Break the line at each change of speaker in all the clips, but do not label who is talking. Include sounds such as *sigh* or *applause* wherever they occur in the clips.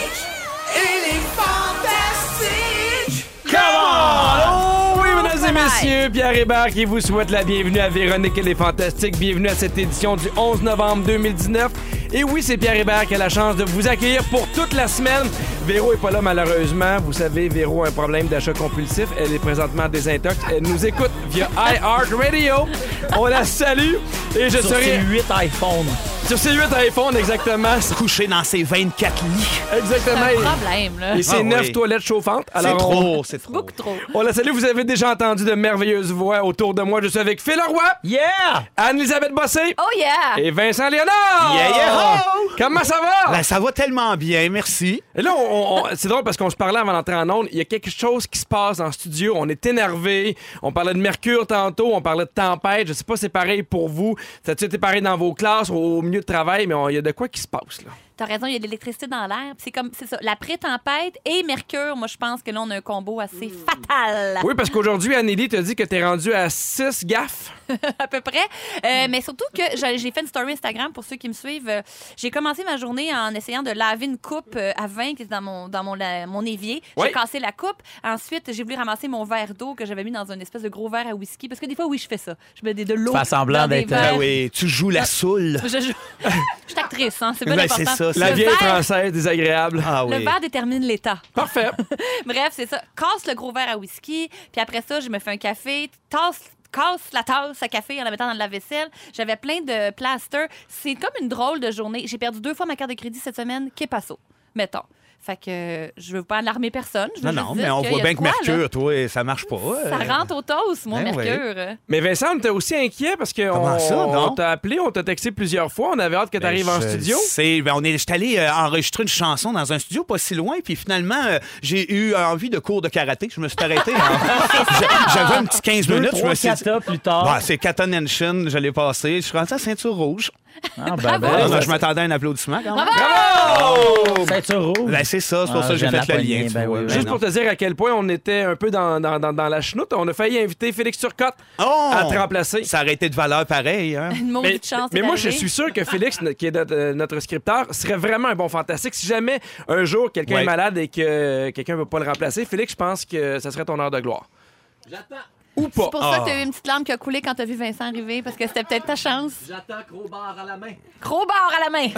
Oh messieurs, Pierre Hébert qui vous souhaite la bienvenue à Véronique et les Fantastiques. Bienvenue à cette édition du 11 novembre 2019. Et oui, c'est Pierre Hébert qui a la chance de vous accueillir pour toute la semaine. Véro est pas là malheureusement. Vous savez, Véro a un problème d'achat compulsif. Elle est présentement désintox. Elle nous écoute via iHeartRadio. On la salue et je
Sur
serai
ces 8 iPhones.
sur ces 8 iPhones exactement.
couché dans ses 24 lits.
C'est
Exactement.
un
Et-
problème, là.
Et c'est
Ah
neuf
oui.
toilettes chauffantes.
C'est
Alors on-
trop, c'est trop.
Beaucoup trop.
On la salue, Oh, vous avez déjà entendu de merveilleuses voix autour de moi. Je suis avec Phil Leroy,
Yeah!
Anne-Elisabeth Bossé
Oh yeah!
et Vincent Léonard.
Yeah, yeah,
Comment ça va?
Ben, ça va tellement bien, merci.
Et là, on- on- on- c'est drôle parce qu'on se parlait avant d'entrer en onde. Il y a quelque chose qui se passe en studio. On est énervé. On parlait de mercure tantôt. On parlait de tempête. Je sais pas si c'est pareil pour vous. Ça a-tu été pareil dans vos classes, au milieu de travail? Mais on- il y a de quoi qui se passe, là.
T'as raison, il y a de l'électricité dans l'air. Puis C'est comme, c'est ça, la pré-tempête et Mercure. Moi, je pense que là, on a un combo assez fatal.
Oui, parce qu'aujourd'hui, Anneli te dit que t'es rendu à 6 gaffes.
*laughs* à peu près. Euh, mais surtout que j'ai j'ai fait une story Instagram pour ceux qui me suivent. Euh, J'ai commencé ma journée en essayant de laver une coupe euh, à vin qui était dans mon, dans mon, la- mon évier. J'ai
Oui.
cassé la coupe. Ensuite, j'ai voulu ramasser mon verre d'eau que j'avais mis dans une espèce de gros verre à whisky. Parce que des fois, oui, je fais euh, ça. Je mets des- de l'eau.
Fais semblant
dans des
d'être-
verres.
Ben oui, tu joues la soule.
Je, je- je suis actrice, hein, c'est bien
Ben,
important.
c'est ça, c'est-
La
Le
vieille
verre-
française désagréable.
Ah
Le
oui.
verre détermine l'état. *laughs*
Parfait.
Bref, c'est ça. Casse le gros verre à whisky, puis après ça, je me fais un café, tasse casse la tasse à café en la mettant dans la vaisselle. J'avais plein de plasters. C'est comme une drôle de journée. J'ai perdu deux fois ma carte de crédit cette semaine. Qu'est passo, mettons. Fait que euh, je veux pas alarmer personne. Je veux
Non, non,
juste dire
mais on
qu'il y
voit
a
bien
de
que
quoi,
Mercure,
là.
toi, ça marche pas. euh.
Ça rentre au toast, mon
Ben oui.
Mercure.
Mais Vincent, on t'a aussi inquiet parce que
Comment
on,
ça, non?
on t'a appelé, on t'a texté plusieurs fois, on avait hâte que tu arrives en
Je
studio.
sais, ben, on est, j'étais allé euh, enregistrer une chanson dans un studio pas si loin, puis finalement, euh, j'ai eu envie de cours de karaté. Je me suis arrêté. en- J'a- J'avais un petit 15
Deux,
minutes. je
trois,
me suis
quatre
dit,
ans plus tard.
Bon, c'est Caton Shin, je l'ai passé. Je suis rentré à ceinture rouge.
Ah, ben,
Bravo.
ben,
Alors,
ben,
je m'attendais à un applaudissement. quand même.
Bravo!
Ceinture rouge.
Ben, c'est ça, c'est pour
Ah,
ça que j'ai
j'en ai
fait le
poigné,
lien. tu
ben
vois.
oui, ben
Juste
non.
pour te dire à quel point on était un peu dans, dans, dans- dans la chenoute, on a failli inviter Félix Turcotte
Oh!
à te remplacer.
Ça aurait été de valeur pareil.
*laughs*
Hein?
Une
Mais,
maudite chance.
mais
est
moi, je
arrivée.
suis sûr que
*laughs*
Félix, no- qui est notre, euh, notre scripteur, serait vraiment un bon fantastique. Si jamais un jour quelqu'un
Ouais.
est malade et que euh, quelqu'un ne veut pas le remplacer, Félix, je pense que ça serait ton heure de gloire. J'attends. Ou
C'est
pas.
pour ça que
Ah.
t'as eu une petite larme qui a coulé quand t'as vu Vincent arriver, parce que c'était peut-être ta chance. J'attends gros barre à la main. *laughs* Gros barre à la main.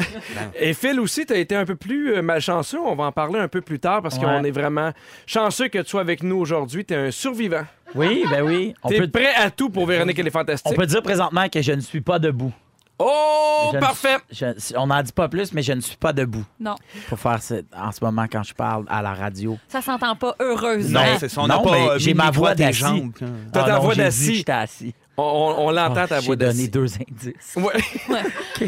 Et Phil aussi, tu as été un peu plus euh, malchanceux. On va en parler un peu plus tard parce qu'on
Ouais.
est vraiment chanceux que tu sois avec nous aujourd'hui. Tu es un survivant.
Oui, ben oui. On
Tu es
peut,
prêt à tout pour Véronique et les
on
Fantastiques.
peut dire présentement que je ne suis pas debout.
Oh,
Je ne-
parfait.
je- on n'en dit pas plus, mais je ne suis pas debout.
non.
Pour faire ce- en ce moment, quand je parle à la radio.
Ça s'entend pas, hein? heureusement.
Non, c'est ça. On n'a
Non,
pas
mais
euh,
j'ai
mis
ma
le
voix
doigt des
d'assis.
jambes. hein.
T'as ta
Ah non,
voix
j'ai dit
d'assis.
que J'étais assis.
On, on- on l'entend,
Ah,
ta
J'ai
voix
donné
d'assis.
deux indices.
Ouais.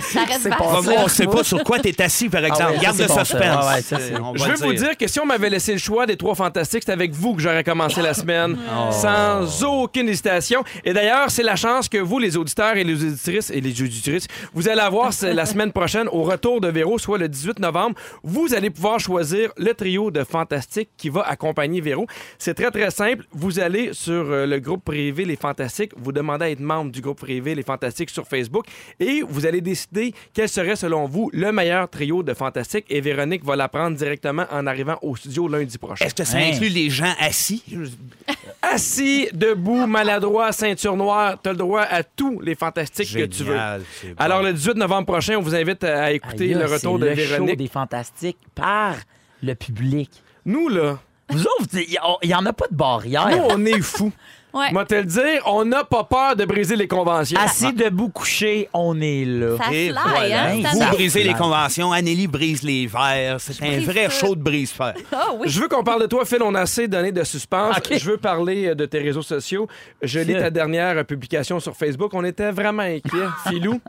Ça reste
On va
pas
voir, On ne sait pas sur quoi tu es assis, par exemple.
Ah ouais,
Garde
ça,
le
c'est bon, ça.
suspense.
Ah ouais, ça, c'est-
On va
Je veux
le
vous dire que si on m'avait laissé le choix des trois fantastiques, c'est avec vous que j'aurais commencé la semaine
*laughs* Oh.
sans aucune hésitation. Et d'ailleurs, c'est la chance que vous, les auditeurs et les auditrices et les auditrices, vous allez avoir c'est la semaine prochaine au retour de Véro, soit le 18 novembre. Vous allez pouvoir choisir le trio de fantastiques qui va accompagner Véro. C'est très très simple. Vous allez sur euh, le groupe privé Les Fantastiques, vous demandez à être membre du groupe privé Les Fantastiques sur Facebook et vous allez décider quel serait selon vous le meilleur trio de fantastiques et Véronique va l'apprendre directement en arrivant au studio lundi prochain.
Est-ce que ça
Hein.
inclut les gens assis?
Assis, debout, maladroit, ceinture noire, t'as le droit à tous les fantastiques que tu veux.
Génial, c'est bon.
Alors le 18 novembre prochain, on vous invite à à écouter
Aïe,
le
c'est
retour de
le show
Véronique.
des fantastiques par le public.
Nous là,
Vous autres, il n'y en a pas de barrière.
nous on est
*laughs*
fous.
Ouais.
Moi te le dire, on n'a pas peur de briser les conventions.
Assis, debout, couché, on est là.
Ça
Et
fly,
voilà.
hein? cette
Vous
année?
brisez les
Nice.
conventions, Anneli brise les verres. C'est un
brise
vrai
ça.
show de brise-fer.
Ah oui.
Je veux qu'on parle de toi, Phil. On a assez donné de suspense.
Ok.
Je veux parler euh, de tes réseaux sociaux. Je lis
Phil.
ta dernière euh, publication sur Facebook. On était vraiment
*laughs*
inquiets, Philou.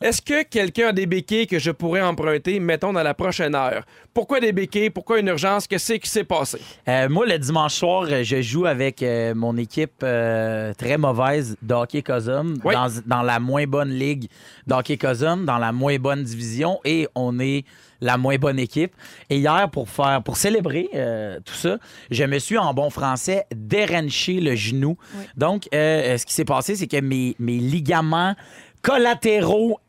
Est-ce que quelqu'un a des béquilles que je pourrais emprunter, mettons, dans la prochaine heure? Pourquoi des béquilles? Pourquoi une urgence? Qu'est-ce qui s'est passé?
Euh, moi, le dimanche soir, euh, je joue avec euh, mon équipe euh, très mauvaise d'Hockey Cosum
Oui.
dans, dans la moins bonne ligue d'Hockey Cosum, dans la moins bonne division, et on est la moins bonne équipe. Et hier, pour faire, pour célébrer euh, tout ça, je me suis, en bon français, déranché le genou. Donc, euh, euh, ce qui s'est passé, c'est que mes, mes ligaments collatéraux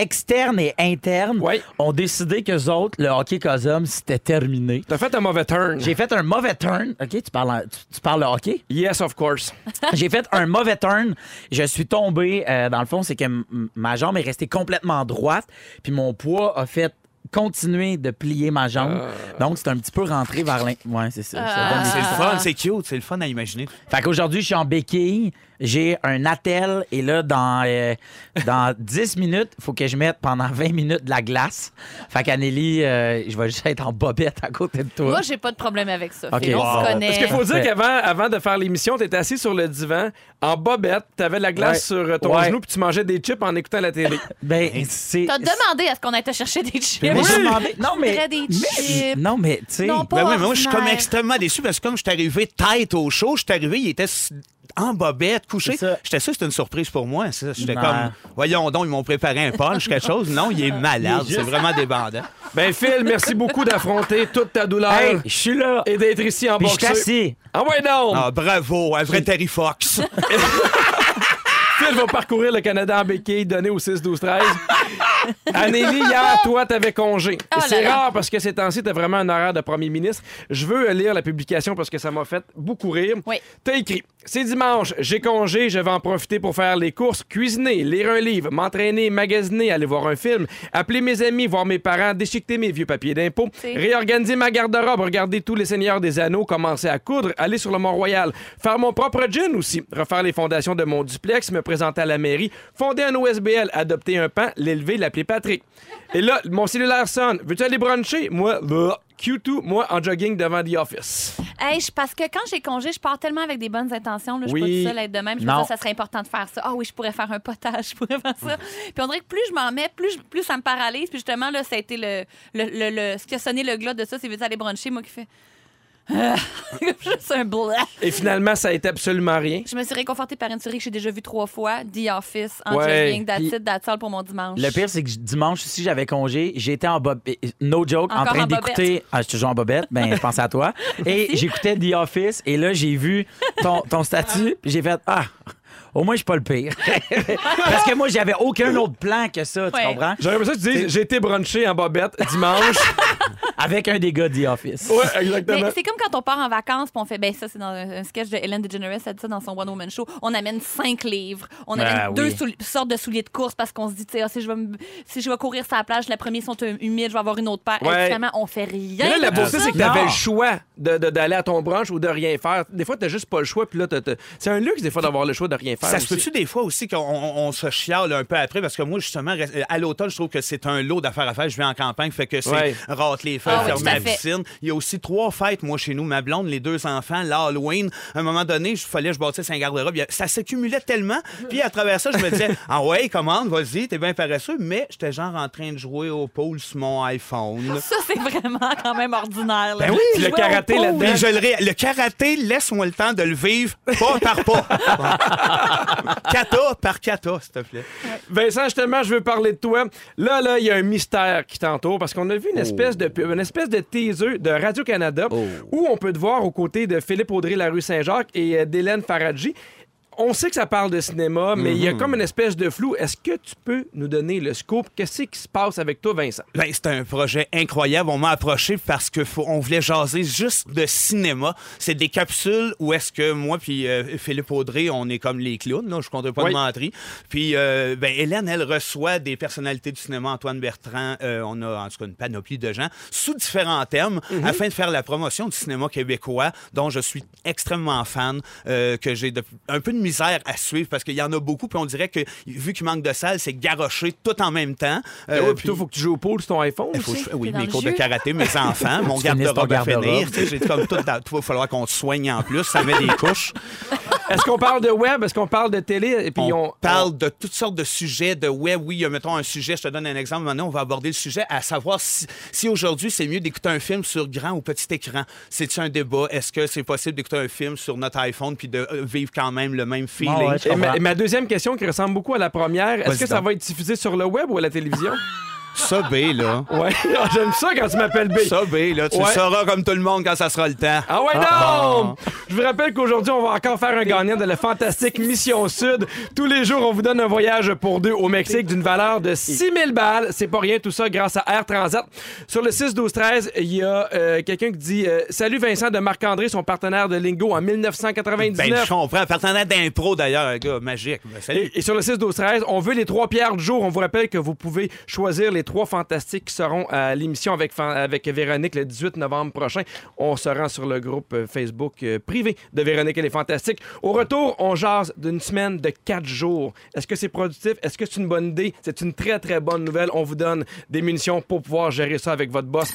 externes et internes
Ouais.
ont décidé que autres, le hockey Cosum, c'était terminé.
T'as fait un mauvais turn.
J'ai fait un mauvais turn. OK, tu parles, en- tu, tu parles de hockey?
Yes, of course.
*laughs* J'ai fait un mauvais turn. Je suis tombé. euh, dans le fond, c'est que m- ma jambe est restée complètement droite. Puis mon poids a fait continuer de plier ma jambe. Donc, c'est un petit peu rentré vers l'in... Ouais, c'est ça. ça
Ah.
donne des-
C'est le fun, c'est cute, c'est le fun à imaginer.
Fait qu'aujourd'hui, je suis en béquille. J'ai un attel. Et là, dans, euh, *laughs* dans 10 minutes, il faut que je mette pendant 20 minutes de la glace. Fait qu'Anneli, euh, je vais juste être en bobette à côté de toi.
Moi, j'ai pas de problème avec ça.
Ok.
Phil, on
Wow.
se connaît.
Parce qu'il faut dire
Parfait.
qu'avant avant de faire l'émission, t'étais assis sur le divan, en bobette, t'avais de la glace
Ouais.
sur ton
Ouais.
genou, puis tu mangeais des chips en écoutant la
*laughs*
télé.
Ben, c'est...
T'as demandé à ce qu'on aille te chercher des chips.
Mais j'ai demandé- Non, mais...
voudrais des
mais-
chips.
Non, mais, tu sais...
Non, pas
Ben oui, mais moi, je suis comme
ordinaire.
extrêmement déçu parce que comme je suis arrivé tête au show, je suis arrivé, il était s- en bobette, couché.
C'est ça.
J'étais sûr que c'était une surprise pour moi. ça. J'étais
Non.
comme, voyons donc, ils m'ont préparé un punch, quelque chose. Non, il est malade. C'est vraiment débandant.
ben, Phil, merci beaucoup d'affronter toute ta douleur
Hey, je suis là.
et d'être ici en
Puis je suis
boxe.
assis.
Ah ouais, non!
Ah, bravo, un vrai Terry Fox.
Phil va parcourir le Canada en béquille donné au 6-12-13. Anélie, hier, toi, t'avais congé.
Oh Ah. là
c'est
là.
rare parce que ces temps-ci, t'as vraiment un horaire de premier ministre. Je veux lire la publication parce que ça m'a fait beaucoup rire.
Oui.
T'as écrit C'est dimanche, j'ai congé, je vais en profiter pour faire les courses, cuisiner, lire un livre, m'entraîner, magasiner, aller voir un film, appeler mes amis, voir mes parents, déchiqueter mes vieux papiers d'impôt,
Si.
réorganiser ma garde-robe, regarder tous les Seigneurs des Anneaux, commencer à coudre, aller sur le Mont-Royal, faire mon propre gin aussi, refaire les fondations de mon duplex, me présenter à la mairie, fonder un OSBL, adopter un pan, l'élever, l'appeler Patrick. Et là, mon cellulaire sonne. Veux-tu aller bruncher? Moi, bah, Q2, moi, en jogging devant The Office.
Hey, je- parce que quand j'ai congé, je pars tellement avec des bonnes intentions. Là, je suis
Oui.
pas toute seule à être de même. Je me
Non.
dis, ça serait important de faire ça. Ah oui, je pourrais faire un potage, *laughs* je pourrais faire ça. Puis on dirait que plus je m'en mets, plus, je- plus ça me paralyse. Puis justement, là, ça a été le, le, le- le- ce qui a sonné le glas de ça, c'est veux aller bruncher, moi qui fais. Ah, *laughs* Juste un blanc.
Et finalement, ça a été absolument rien.
Je me suis réconfortée par une série que j'ai déjà vue trois fois, The Office, en
Ouais.
jogging, that's
Puis-
it, that's all pour mon dimanche.
Le pire, c'est que dimanche aussi, j'avais congé. J'étais en bob... No joke, en
Encore
train
en
d'écouter. Ah, je suis toujours en bobette, ben, je pense
*laughs*
à toi. Et j'écoutais The Office, et là, j'ai vu ton, ton statut, puis j'ai fait Ah, au moins, je suis pas le pire. *laughs* Parce que moi, j'avais aucun autre plan que ça, tu
Ouais.
comprends?
J'aurais aimé ça que tu dises, j'ai été brunché en bobette dimanche.
Avec un des gars de The
*laughs*
Office.
ouais,
Mais
exactement.
c'est comme quand on part en vacances, puis on fait, ben ça, c'est dans un un sketch de Hélène DeGeneres, elle dit ça dans son One Woman Show. On amène cinq livres, on amène
Ben
Ah oui.
deux souli- sortes de souliers de course parce qu'on se dit, tu sais, ah, si, je vais me- si je vais courir sur la plage, les premiers sont hum- humides, je vais avoir une autre paire.
Ouais.
Et finalement, on fait rien.
Mais là, la
de
beauté,
tout ça.
c'est que t'avais
Non.
le choix de- de- d'aller à ton branche ou de rien faire. Des fois, t'as juste pas le choix, puis là, t'as- t'as- c'est un luxe, des fois, d'avoir le choix de rien faire.
Ça se
aussi.
peut-tu des fois aussi qu'on on- on se chiale un peu après? Parce que moi, justement, reste- euh, à l'automne, je trouve que c'est un lot d'affaires à faire. Je vais en campagne, fait que c'est
Ouais.
rate les feux,
Ah oui,
fermer
tout à
la
fait.
piscine. Il y a aussi trois fêtes, moi, chez nous, ma blonde, les deux enfants, l'Halloween. À un moment donné, il fallait que je bâtisse un garde-robe. Il y a- Ça s'accumulait tellement. Puis à travers ça, je me disais, ah ouais, commande, vas-y, t'es bien paresseux. Mais j'étais genre en train de jouer au pôle sur mon iPhone.
Ça, c'est vraiment quand même ordinaire. là.
Ben oui,
Tu
le
jouais
karaté
au
là-dedans.
pool.
Mais je le, ré- le karaté, laisse-moi le temps de le vivre pas par pas.
*laughs*
kata par kata, s'il te plaît.
Vincent, justement, je veux parler de toi. Là, là, il y a un mystère qui t'entoure parce qu'on a vu une espèce de pub, une espèce de teaser de Radio-Canada où on peut te voir aux côtés de Philippe Audrey, la rue Saint-Jacques et euh, d'Hélène Faradji. On sait que ça parle de cinéma, mais il y a comme une espèce de flou. Est-ce que tu peux nous donner le scoop? Qu'est-ce qui se passe avec toi, Vincent?
Ben, c'est un projet incroyable. On m'a approché parce que faut- on voulait jaser juste de cinéma. C'est des capsules où est-ce que moi puis euh, Philippe Audrey, on est comme les clowns. Là, je compte pas
Oui.
de menterie. Puis euh, ben, Hélène, elle reçoit des personnalités du cinéma, Antoine Bertrand. euh, on a en tout cas une panoplie de gens sous différents thèmes
Mhm.
afin de faire la promotion du cinéma québécois, dont je suis extrêmement fan, euh, que j'ai de- un peu de misère à suivre parce qu'il y en a beaucoup. Puis on dirait que vu qu'il manque de salles, c'est garoché tout en même temps. Euh,
ouais,
puis-
plutôt, faut que tu joues au pool sur ton iPhone.
il faut que je-
T'es
oui,
dans
mes
le
cours
jus.
de karaté, mes
*laughs*
enfants, mon
Tu finisses ton
garde-robe à
garde-robe.
finir. Tu sais, J'ai comme tout, dans- tout, il va falloir qu'on te soigne en plus, ça met des couches.
Est-ce qu'on parle de web? Est-ce qu'on parle de télé? Et puis
on,
on,
parle de toutes sortes de sujets, de ouais, oui, euh, mettons un sujet, je te donne un exemple, maintenant on va aborder le sujet à savoir si, si aujourd'hui c'est mieux d'écouter un film sur grand ou petit écran. C'est-tu un débat? Est-ce que c'est possible d'écouter un film sur notre iPhone puis de euh, vivre quand même le même feeling?
Ouais, ouais, je
Et
comprends.
ma, et ma deuxième question qui ressemble beaucoup à la première, est-ce
Vas-y
que ça
donc.
va être diffusé sur le web ou à la télévision? *laughs*
Ça, B, là.
Ouais, *laughs* j'aime ça quand tu m'appelles B.
Ça, B, là. Tu
Ouais.
le sauras comme tout le monde quand ça sera le temps.
Ah ouais, non! Je vous rappelle qu'aujourd'hui, on va encore faire un gagnant de la *laughs* fantastique Mission Sud. Tous les jours, on vous donne un voyage pour deux au Mexique d'une valeur de 6000 balles. C'est pas rien, tout ça grâce à Air Transat. Sur le 6-12-13, il y a euh, quelqu'un qui dit euh, Salut Vincent de Marc-André, son partenaire de Lingo en
Ben, je
1999.
comprends. Partenaire d'impro, d'ailleurs, un gars magique. Ben, salut.
Et, et sur le 6-12-13, on veut les trois pierres du jour. On vous rappelle que vous pouvez choisir les trois fantastiques qui seront à l'émission avec, Fan- avec Véronique le 18 novembre prochain. On se rend sur le groupe euh, Facebook euh, privé de Véronique et les Fantastiques. Au retour, on jase d'une semaine de quatre jours. Est-ce que c'est productif? Est-ce que c'est une bonne idée? C'est une très, très bonne nouvelle. On vous donne des munitions pour pouvoir gérer ça avec votre boss.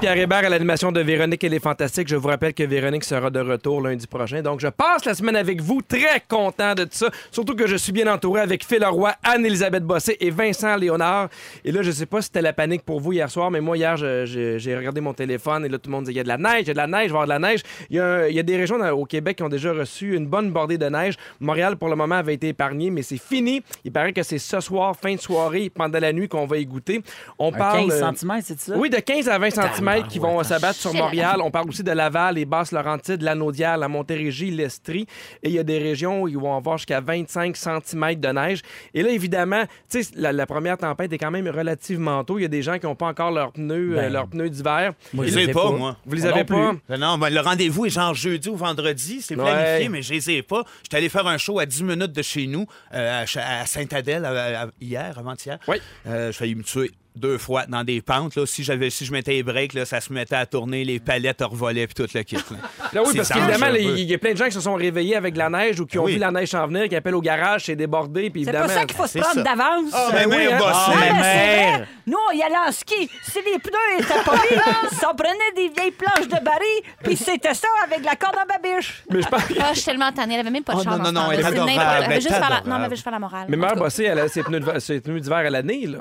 Pierre Hébert à l'animation de Véronique et les Fantastiques. Je vous rappelle que Véronique sera de retour lundi prochain. Donc, je passe la semaine avec vous. Très content de tout ça. Surtout que je suis bien entouré avec Phil Roy, Anne-Elisabeth Bossé et Vincent Léonard. Et là, je sais pas si c'était la panique pour vous hier soir, mais moi, hier, je- je- j'ai regardé mon téléphone et là, tout le monde disait il y a de la neige, il y a de la neige, il va y avoir de la neige. Il y, a, un- il y a des régions dans- au Québec qui ont déjà reçu une bonne bordée de neige. Montréal, pour le moment, avait été épargné, mais c'est fini. Il paraît que c'est ce soir, fin de soirée, pendant la nuit, qu'on va y goûter. On parle.
15
euh,
cm, c'est ça?
oui, de 15 à 20 cm qui vont euh, s'abattre sur
C'est la-
Montréal. On parle aussi de Laval, les Basses-Laurentides, l'Anaudière, la Montérégie, l'Estrie. Et il y a des régions où ils vont avoir jusqu'à 25 cm de neige. Et là, évidemment, tu sais, la, la première tempête est quand même relativement tôt. Il y a des gens qui n'ont pas encore leurs pneus, euh,
Ben,
leurs pneus d'hiver.
Moi,
Je
les
l'ai
ai
pas, moi.
Vous les
Moi
avez
non
pas?
plus.
Ben Non, ben, le rendez-vous est genre jeudi ou vendredi. C'est
Ouais.
planifié, mais je les ai pas. J'étais allé faire un show à 10 minutes de chez nous, euh, à Ch- à, Sainte-Adèle, euh, à- à- hier, avant-hier.
Oui.
Euh, je failli me tuer deux fois dans des pentes. Là. Si, j'avais, si je mettais les breaks, là, ça se mettait à tourner, les palettes revolaient, puis tout le kit. là.
Là, Ben oui,
C'est
parce qu'évidemment, là,
dangereux.
il y a plein de gens qui se sont réveillés avec la neige ou qui
Ah
ont
Oui.
vu la neige s'en venir, qui appellent au garage, c'est débordé. Puis
C'est
évidemment.
pas ça qu'il faut se
c'est
prendre
ça.
d'avance.
Ah, ben,
Ben oui,
merde,
hein.
boss,
Ah,
là.
ben,
mais
c'est
merde.
vrai. Nous, on y allait en ski. Si les pneus étaient pas mis, ça prenait des vieilles planches de baril, puis c'était ça avec la corde à babiche.
Mais je pense.
Ah, je suis tellement tannée. Elle avait même pas de
Oh, non,
charme. en
non,
ce
non,
temps-là.
elle est
C'est n'importe-
adorable,
Elle veut juste
elle est
faire la...
adorable.
Non, elle veut juste faire la morale.
Ah, ben, Mais
En
Mère
tout cas.
Bossé, elle a ses pneus de- ses pneus d'hiver à l'année, là.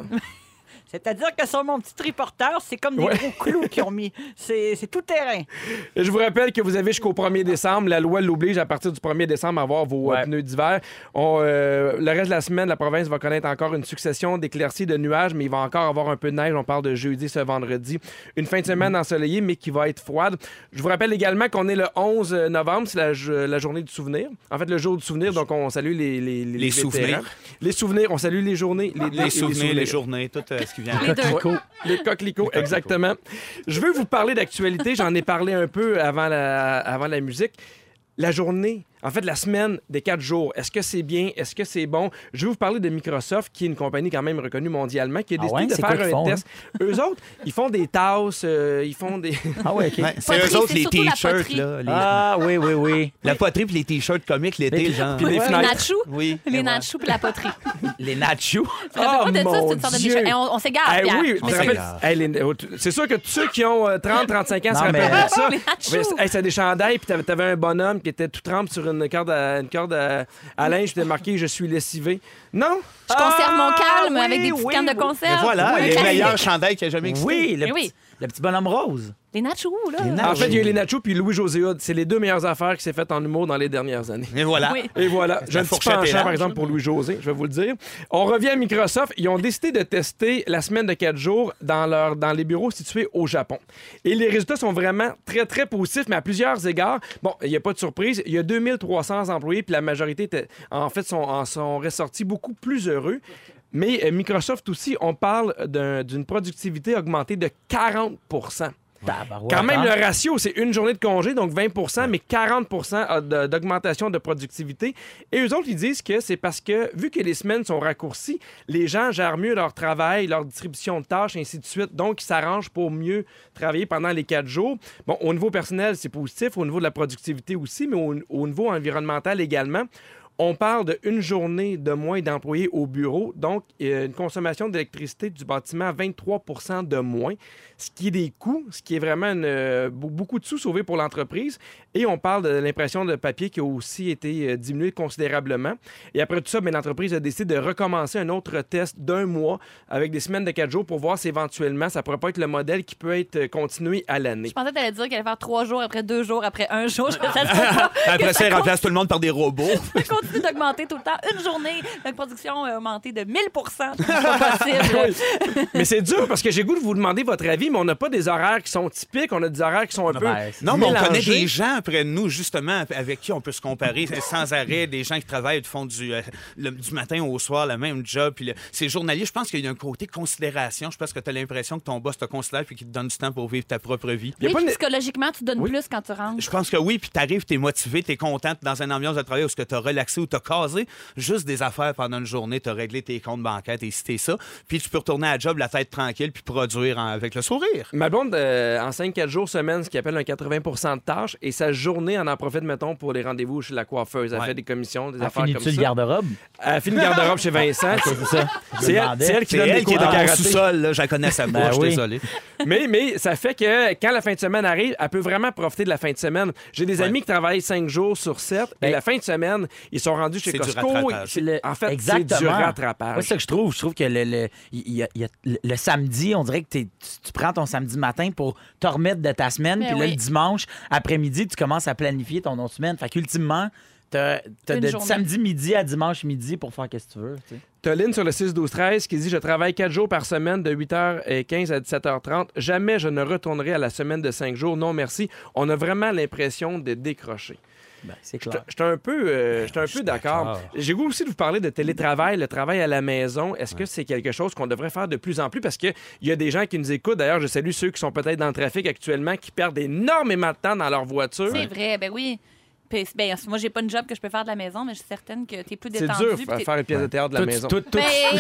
C'est-à-dire que sur mon petit triporteur, c'est comme des
Ouais.
gros clous qu'ils ont mis. C'est c'est tout terrain.
Et Je vous rappelle que vous avez jusqu'au 1er décembre. La loi l'oblige à partir du 1er décembre à avoir vos euh,
Ouais.
pneus d'hiver. On, euh, le reste de la semaine, la province va connaître encore une succession d'éclaircies de nuages, mais il va encore avoir un peu de neige. On parle de jeudi ce vendredi. Une fin de semaine ensoleillée, mais qui va être froide. Je vous rappelle également qu'on est le 11 novembre, c'est la, jo- la journée du souvenir. En fait, le jour du souvenir, donc on salue les, les, les, vétérans.
souvenirs.
Les souvenirs, on salue les journées. Les,
Les souvenirs, les
les jours.
journées, tout euh, ce qui vient.
Les deux.
Les coquelicots, exactement. Je veux vous parler d'actualité. J'en ai parlé un peu avant la, avant la musique. La journée, en fait, la semaine des quatre jours, est-ce que c'est bien? Est-ce que c'est bon? Je vais vous parler de Microsoft, qui est une compagnie quand même reconnue mondialement, qui a
Ah
décidé
ouais?
de
C'est quoi
faire un
qu'ils font, hein?
test. Eux autres, ils font des tasses, euh, ils font des.
Ah ouais, OK.
Ouais, Ben, c'est
Poterie,
eux autres,
c'est
les
surtout la
t-shirts.
poterie.
là, les-
Ah oui, oui, oui.
La poterie puis les t-shirts comiques l'été,
Les-
genre.
puis les
Les
fenêtres.
nachos.
Oui.
Les nachos puis la poterie.
Les nachos.
Je me rappelle
Oh,
pas de ça,
mon
c'est une sorte de
Dieu.
déchet. Et on on s'égare,
Eh
Pierre.
oui,
On
je te
s'égare.
rappelle- Eh, les- oh, tu- c'est sûr que tous ceux qui ont 30-35 ans se
Non, mais-
rappellent de ça.
*laughs* Les nachos.
Mais, hey, c'était des chandails, puis t'avais, t'avais un bonhomme qui était tout trempe sur une corde à, une corde à, à linge, c'était marqué « Je suis lessivé ». Non?
Je conserve mon
Ah,
calme
oui,
avec des petites
oui,
cannes de
oui.
Mais
conserve.
voilà,
Oui,
les
Ah, classique.
meilleurs chandails qui a jamais existé.
Oui, le,
Eh oui.
petit- le petit bonhomme rose.
Les nachos, là.
Les
En
nachos.
fait, il y a eu les nachos puis Louis-José Hood. C'est les deux meilleures affaires qui s'est faites en humour dans les dernières années.
Et voilà.
Ah. Oui.
Et voilà, j'ai
La
un petit
fourchette est
penchant,
large.
par exemple, pour Louis-José, je vais vous le dire. On revient à Microsoft. Ils ont décidé de tester la semaine de quatre jours dans, leur, dans les bureaux situés au Japon. Et les résultats sont vraiment très, très positifs, mais à plusieurs égards. Bon, il n'y a pas de surprise. Il y a 2300 employés, puis la majorité, était- en fait, sont, en sont ressortis beaucoup plus heureux. Mais euh, Microsoft aussi, on parle d'un- d'une productivité augmentée de 40
Tabarouette,
quand même,
hein?
le ratio, c'est une journée de congé, donc 20 mais 40 a euh, de- d'augmentation de productivité. Et eux autres, ils disent que c'est parce que, vu que les semaines sont raccourcies, les gens gèrent mieux leur travail, leur distribution de tâches, ainsi de suite. Donc, ils s'arrangent pour mieux travailler pendant les quatre jours. Bon, au niveau personnel, c'est positif, au niveau de la productivité aussi, mais au, au niveau environnemental également. On parle d'une journée de moins d'employés au bureau, donc euh, une consommation d'électricité du bâtiment à 23 de moins, ce qui est des coûts, ce qui est vraiment une, euh, be- beaucoup de sous sauvés pour l'entreprise. Et on parle de l'impression de papier qui a aussi été euh, diminuée considérablement. Et après tout ça, bien, l'entreprise a décidé de recommencer un autre test d'un mois avec des semaines de quatre jours pour voir si éventuellement ça pourrait pas être le modèle qui peut être euh, continué à l'année.
Je pensais que t'allais dire
*laughs*
qu'elle allait faire trois jours, après deux jours, après un jour. Je- ça se peut pas.
Après ça, ils remplacent tout le monde par des robots.
Ça continue continue d'augmenter tout le temps. Une journée, notre production a augmenté de 1000 tout ce qui soit possible.
Mais c'est dur parce que j'ai goût de vous demander votre avis, mais on n'a pas des horaires qui sont typiques, on a des horaires qui sont un peu.
ben,
Non, mais on
mélangés.
connaît des gens après nous, justement, avec qui on peut se comparer sans arrêt. Des gens qui travaillent, font du, euh, le- du matin au soir le même job. Puis le- ces journaliers, je pense qu'il y a un côté considération. Je pense que tu as l'impression que ton boss te considère puis qu'il te donne du temps pour vivre ta propre vie.
Il y a
Oui,
pas
puis
une-
psychologiquement, tu donnes
Oui.
plus quand tu rentres.
Je pense que oui, puis t'arrives, t'es motivé, t'es content, t'es dans une ambiance de travail où tu as relaxé ou t'as casé juste des affaires pendant une journée, t'as réglé tes comptes bancaires, t'es cité ça, puis tu peux retourner à la job la tête tranquille puis produire en- avec le sourire.
Ma blonde euh, enseigne 4 jours semaine, ce qu'elle appelle un 80 de tâches, et sa journée, elle en profite, mettons, pour les rendez-vous chez la coiffeuse. Elle
Ouais.
fait des commissions, des
Elle
affaires comme
finit-tu le
ça.
garde-robe?
Elle fait une garde-robe chez Vincent.
*laughs* C'est ça. Je
C'est
me
elle,
demandais.
c'est elle qui
C'est
donne des
elle qui
cours
est
de
dans mon
karaté.
sous-sol, là, je la connais sa
Ben
bouche,
oui.
désolé.
Mais, mais ça fait que quand la fin de semaine arrive, elle peut vraiment profiter de la fin de semaine. J'ai des amis qui travaillent 5 jours sur 7, et
Ben-
la fin de semaine, ils sont rendus chez
C'est du
Costco.
rattrapage.
C'est- En fait, c'est
Exactement.
du rattrapage.
Moi, c'est ça que je trouve. Je trouve que le, le, il y a- il y a- le- le samedi, on dirait que t'es- tu, tu prends ton samedi matin pour te remettre de ta semaine.
Ben
Puis là,
oui.
le dimanche, après-midi, tu commences à planifier ton autre semaine. Fait qu'ultimement, t'as t'as
Une
de
journée.
samedi midi à dimanche midi pour faire qu'est-ce que tu veux. tu sais.
T'as Lynn sur le 6-12-13 qui dit Je travaille 4 jours par semaine de 8h15 à 17h30. Jamais je ne retournerai à la semaine de 5 jours. Non, merci. On a vraiment l'impression de décrocher.
Ben, c'est
J'étais
clair.
j'étais un peu, euh, j'étais un peu d'accord. J'ai goût aussi de vous parler de télétravail, le travail à la maison. Est-ce que c'est quelque chose qu'on devrait faire de plus en plus? Parce qu'il y a des gens qui nous écoutent. D'ailleurs, je salue ceux qui sont peut-être dans le trafic actuellement, qui perdent énormément de temps dans leur voiture.
C'est vrai, ben oui. Puis, ben, moi, j'ai pas une job que je peux faire de la maison, mais je suis certaine que t'es plus
C'est
détendu.
dur
puis
à
t'es-
faire une pièce de théâtre de la
Toi, tu-
maison.
toi- toi,
Ben,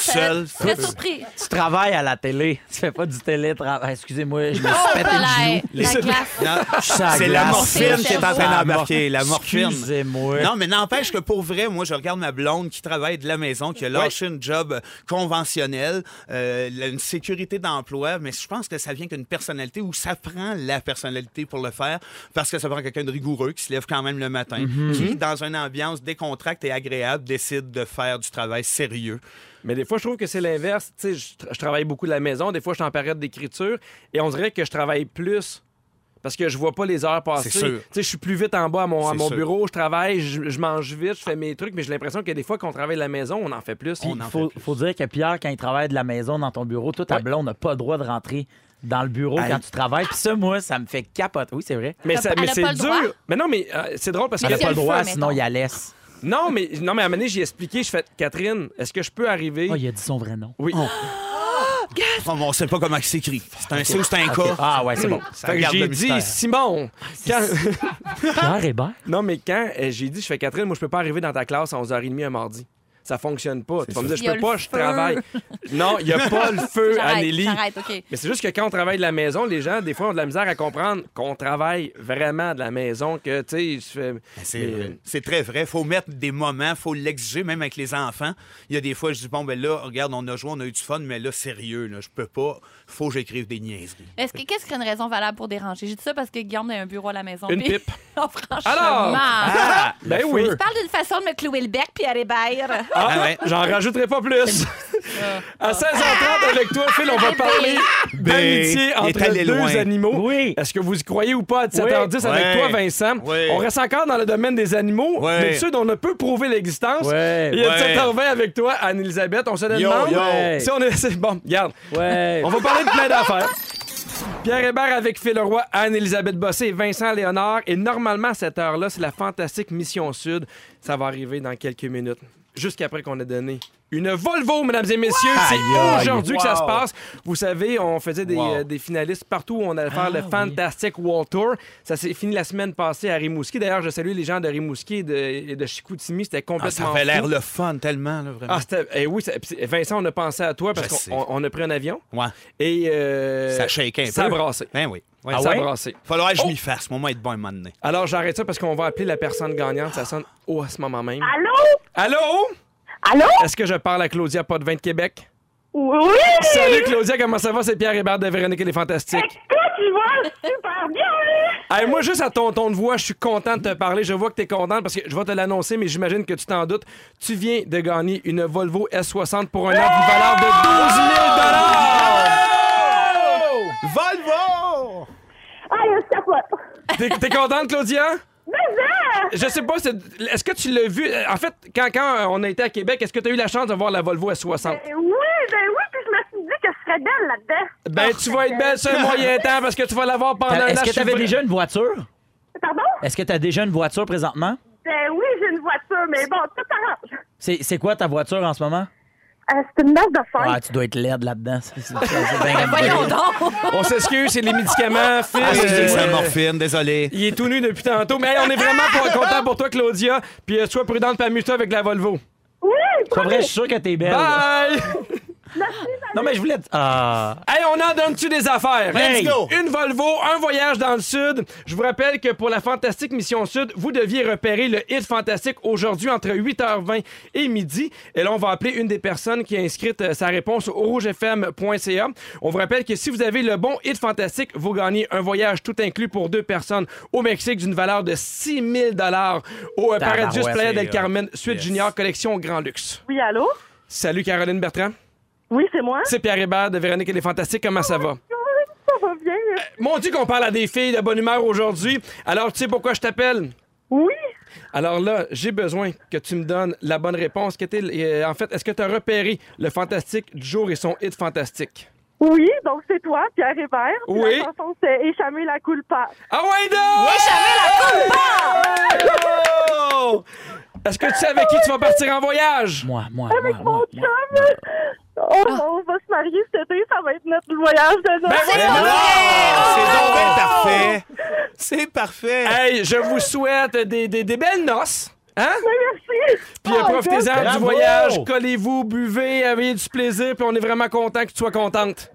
Seul.
*laughs*
je serais surpris.
tu travailles à la télé. *laughs* Tu fais pas du télétravail. Excusez-moi, je me
Oh,
suis pété le
palais,
genou.
la glace.
Non,
Je suis à
C'est la
glace.
morphine
qui est en train
Ça m'a-
d'embarquer, la morphine.
Excusez-moi.
Non, mais n'empêche que pour vrai, moi, je regarde ma blonde qui travaille de la maison, qui a lâché une job euh, conventionnelle, euh, la- une sécurité d'emploi, mais je pense que ça vient qu'une personnalité ou ça prend la personnalité pour le faire parce que ça prend quelqu'un de rigoureux qui se lève quand même le matin,
Mhm.
qui, dans une ambiance décontracte et agréable, décide de faire du travail sérieux.
Mais des fois, je trouve que c'est l'inverse. Tu sais, je, tra- je travaille beaucoup de la maison. Des fois, je suis en période d'écriture et on dirait que je travaille plus parce que je vois pas les heures passer.
C'est sûr.
Tu sais, je suis plus vite en bas à mon, à
C'est
mon
sûr.
bureau. Je travaille, je, je mange vite, je fais mes trucs. Mais j'ai l'impression que des fois, quand on travaille de la maison, on en fait plus.
Puis,
On en
faut,
fait plus.
faut dire que Pierre, quand il travaille de la maison dans ton bureau, toi, ta
Ouais.
blonde n'a pas le droit de rentrer dans le bureau
Elle-
quand tu travailles. Puis ça, moi, ça me fait capoter. Oui, c'est vrai.
Mais,
T'as
ça-
pas-
mais
elle a pas
c'est
le
dur.
droit?
Mais non, mais euh, c'est drôle parce
Mais
que
Elle n'a
si
pas
elle
le droit,
le fait,
sinon
mettons.
il la laisse.
non, mais non, mais à un moment donné, j'ai expliqué. Je fais Catherine, est-ce que je peux arriver
Oh, il a dit son vrai nom.
Oui.
Bon, on sait pas comment c'est écrit. C'est un C ou c'est un K.
Ah ouais, c'est bon.
Ça
Fait que
garde
j'ai
le
dit
mystère.
Simon. Quand-
Pierre Hébert.
Non, mais quand euh, j'ai dit, je fais Catherine, moi, je peux pas arriver dans ta classe à 11h30 un mardi. Ça fonctionne pas. Tu vas me dire, je
Il y a
peux
le
pas, je
feu.
travaille. Non, il n'y a pas le feu,
*laughs* J'arrête,
Anélie.
j'arrête, OK.
Mais c'est juste que quand on travaille de la maison, les gens, des fois, ont de la misère à comprendre qu'on travaille vraiment de la maison, que, tu sais, je fais.
C'est
Mais-
vrai. C'est très vrai. faut mettre des moments, faut l'exiger, même avec les enfants. Il y a des fois, je dis, bon, ben là, regarde, on a joué, on a eu du fun, mais là, sérieux, là, je peux pas. faut que j'écrive des niaiseries.
Est-ce que- Qu'est-ce qui serait une raison valable pour déranger? J'ai dit ça parce que Guillaume a un bureau à la maison.
Une
puis- *laughs*
pipe.
Oh, franchement.
Alors! Ah, ben
le
oui!
feu.
Parle d'une façon de me clouer le bec, Pierre *laughs* Hébert.
Ah,
Ah ouais.
J'en rajouterai pas plus. à 16h30, avec toi, Phil, on va parler *laughs* d'amitié
Ben, il est
entre
allé
deux
loin.
animaux.
Oui.
Est-ce que vous y croyez ou pas à 17h10 avec
Ouais.
toi, Vincent?
Ouais.
On reste encore dans le domaine des animaux,
Ouais.
de ceux dont on ne peut prouver l'existence.
Ouais.
Il y a
Ouais.
17h20 avec toi, Anne-Elisabeth. On se
Yo,
demande
yo.
si on est... *laughs* c'est- Bon, regarde.
Ouais.
On va parler de plein d'affaires. Pierre Hébert avec Phil Roy, Anne-Elisabeth Bossé et Vincent Léonard. Et normalement, à cette heure-là, c'est la fantastique Mission Sud. Ça va arriver dans quelques minutes. Jusqu'après qu'on ait donné une Volvo, mesdames et messieurs.
Aïe,
C'est
aïe.
aujourd'hui que ça se
Wow.
passe. Vous savez, on faisait des,
Wow. Ah
euh, des finalistes partout où on allait faire le Fantastic World Tour. Ça s'est fini la semaine passée à Rimouski. D'ailleurs, je salue les gens de Rimouski et de, et de Chicoutimi. C'était
Ah, ça
complètement.
avait l'air
fou.
le fun, tellement, là, vraiment.
Ah, c'était- eh oui, ça- puis Vincent, on a pensé à toi
Je
parce
sais.
qu'on on- on a pris un avion.
Ouais.
Et euh,
Ça shake un peu.
Ça a brassé.
Ben oui. Ouais,
Ça
ça
a
va.
brassé. Oh!
Falloir que je m'y fasse. Moi, moi, être bon un moment donné.
Alors, j'arrête ça parce qu'on va appeler la personne gagnante. Ça sonne haut à ce moment même.
Allô?
Allô?
Allô?
Est-ce que je parle à Claudia Potvin de Québec?
Oui!
Salut, Claudia. Comment ça va? C'est Pierre Hébert de Véronique et les Fantastiques.
Écoute, tu vas super bien! hein?
Hey, moi, juste à ton ton de voix, je suis content de te parler. Je vois que tu es contente parce que je vais te l'annoncer, mais j'imagine que tu t'en doutes. Tu viens de gagner une Volvo S60 pour un an d'une valeur de
Volvo!
Ah, il y a un capote!
12 000 T'es- T'es contente, Claudia?
Mais hein? ça!
Je sais pas, c'est- est-ce que tu l'as vu? En fait, quand, quand euh, on a été à Québec, est-ce que tu as eu la chance de voir la Volvo S60?
Ben oui, ben oui, puis je me suis dit que je serais belle là-dedans.
Ben, tu vas être belle sur un moyen temps parce que tu vas l'avoir pendant un an.
Est-ce que
je suis
tu avais
vrai-
déjà une voiture?
Pardon?
Est-ce que tu as déjà une voiture présentement?
Ben oui, j'ai une voiture, mais bon, tout s'arrange.
C'est c'est quoi ta voiture en ce moment?
Euh, c'est une base de fête.
Ah, tu dois être laide là-dedans. C'est- c'est- c'est bien
Ben,
comme
Voyons
ça.
donc!
On s'excuse, c'est les médicaments, Phil.
Ah, c'est
euh,
de la morphine, désolé.
il est tout nu depuis tantôt. Mais hey, on est vraiment pour- content pour toi, Claudia. Puis euh, sois prudente, pas amuse-toi avec la Volvo.
Oui,
Pas vrai, je suis sûr que t'es belle.
Bye!
Non, mais je voulais. te- Ah.
Hey, on en donne-tu des affaires?
Let's go!
Une Volvo, un voyage dans le Sud. Je vous rappelle que pour la fantastique Mission Sud, vous deviez repérer le hit fantastique aujourd'hui entre 8h20 et midi. Et là, on va appeler une des personnes qui a inscrite euh, sa réponse au rougefm.ca. On vous rappelle que si vous avez le bon hit fantastique, vous gagnez un voyage tout inclus pour deux personnes au Mexique d'une valeur de 6000 dollars au euh,
Tabarouette,
Paradis Playa
c'est,
del
euh,
Carmen Suite
yes.
Junior Collection Grand Luxe.
oui, allô?
Salut Caroline Bertrand.
Oui, c'est moi.
C'est Pierre Hébert de Véronique et les Fantastiques. Comment ça va?
Oui, ça va bien.
Mon Dieu qu'on parle à des filles de bonne humeur aujourd'hui. Alors, tu sais pourquoi je t'appelle?
Oui,
Alors là, j'ai besoin que tu me donnes la bonne réponse. Qu'est-il- euh, en fait, est-ce que tu as repéré le fantastique du jour et son hit fantastique?
oui, donc c'est toi, Pierre Hébert. Puis
Oui.
La chanson, c'est Échamer la culpa.
Ah ouais, donc!
Oh!
Est-ce que tu sais avec qui tu vas partir en voyage?
Moi, moi,
Avec
moi,
mon
Ah, moi,
chum.
moi. Ah.
Oh, on va se marier cet été, ça va être notre voyage de
Ben
noces.
voilà!
Mais non! Ah, C'est donc bien parfait! C'est parfait!
Hey, je vous souhaite des, des- des belles noces. Hein?
Merci.
Puis euh,
Oh,
profitez-en
Bravo!
du voyage. Collez-vous, buvez, avez du plaisir. Puis on est vraiment content que tu sois contente.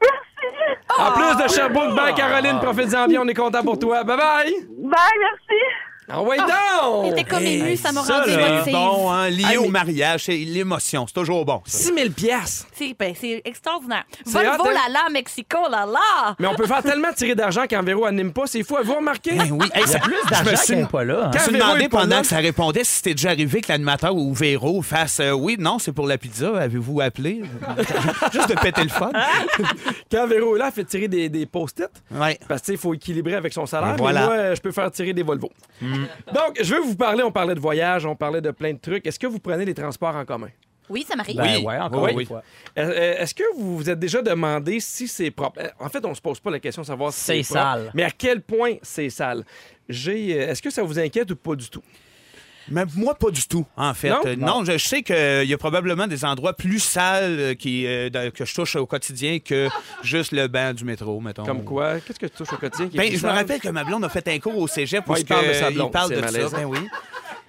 Merci.
En plus de Sherbrooke, ben Caroline, profitez-en bien. On est content pour toi. Bye-bye!
Bye, merci.
Ah ouais, donc!
J'étais comme émue, ça m'a rendu
Ah, c'est
émotive.
bon, hein, lié
Ah,
au
mais-
mariage, c'est l'émotion, c'est toujours bon. ça.
6000 pièces.
C'est ben, c'est extraordinaire.
C'est hot,
Volvo,
hein?
la la, Mexico, la la!
Mais on peut faire tellement tirer d'argent quand Véro n'anime pas, c'est fou. Vous remarquez?
Ben oui, hey,
Il y a
ça-
plus
je me
d'argent
suis-
qu'elle est pas là. hein.
Quand-
Je me suis
Véro est
demandé
pas là.
pendant que ça répondait si c'était déjà arrivé que l'animateur ou Véro fasse euh, oui, non, c'est pour la pizza, avez-vous appelé? *laughs* Juste de péter le fun.
Quand Véro est là, elle fait tirer des, des post-it.
*laughs* Ouais.
Parce qu'il faut équilibrer avec son salaire.
Et
mais
voilà.
moi, euh, je peux faire tirer des Volvo. Donc, je veux vous parler. On parlait de voyage, on parlait de plein de trucs. Est-ce que vous prenez les transports en commun?
Oui, ça m'arrive.
Ben ouais, encore
Oui.
une fois.
Euh, euh, Est-ce que vous vous êtes déjà demandé si c'est propre? Euh, En fait, on se pose pas la question de savoir si
C'est
c'est propre,
sale.
Mais à quel point c'est sale? J'ai. euh, Est-ce que ça vous inquiète ou pas du tout?
Mais moi, pas du tout, en fait.
Non?
Euh, Non, je, je sais qu'il y a probablement des endroits plus sales euh, qui, euh, dans- que je touche au quotidien que juste le banc du métro, mettons.
Comme quoi? Qu'est-ce que tu touches au quotidien? qui est
Ben,
plus
je me
sale?
rappelle que ma blonde a fait un cours au cégep où
Ouais, il
ce
parle
que-
de sa blonde,
il parle
c'est
de
malaisant.
ça, ben oui.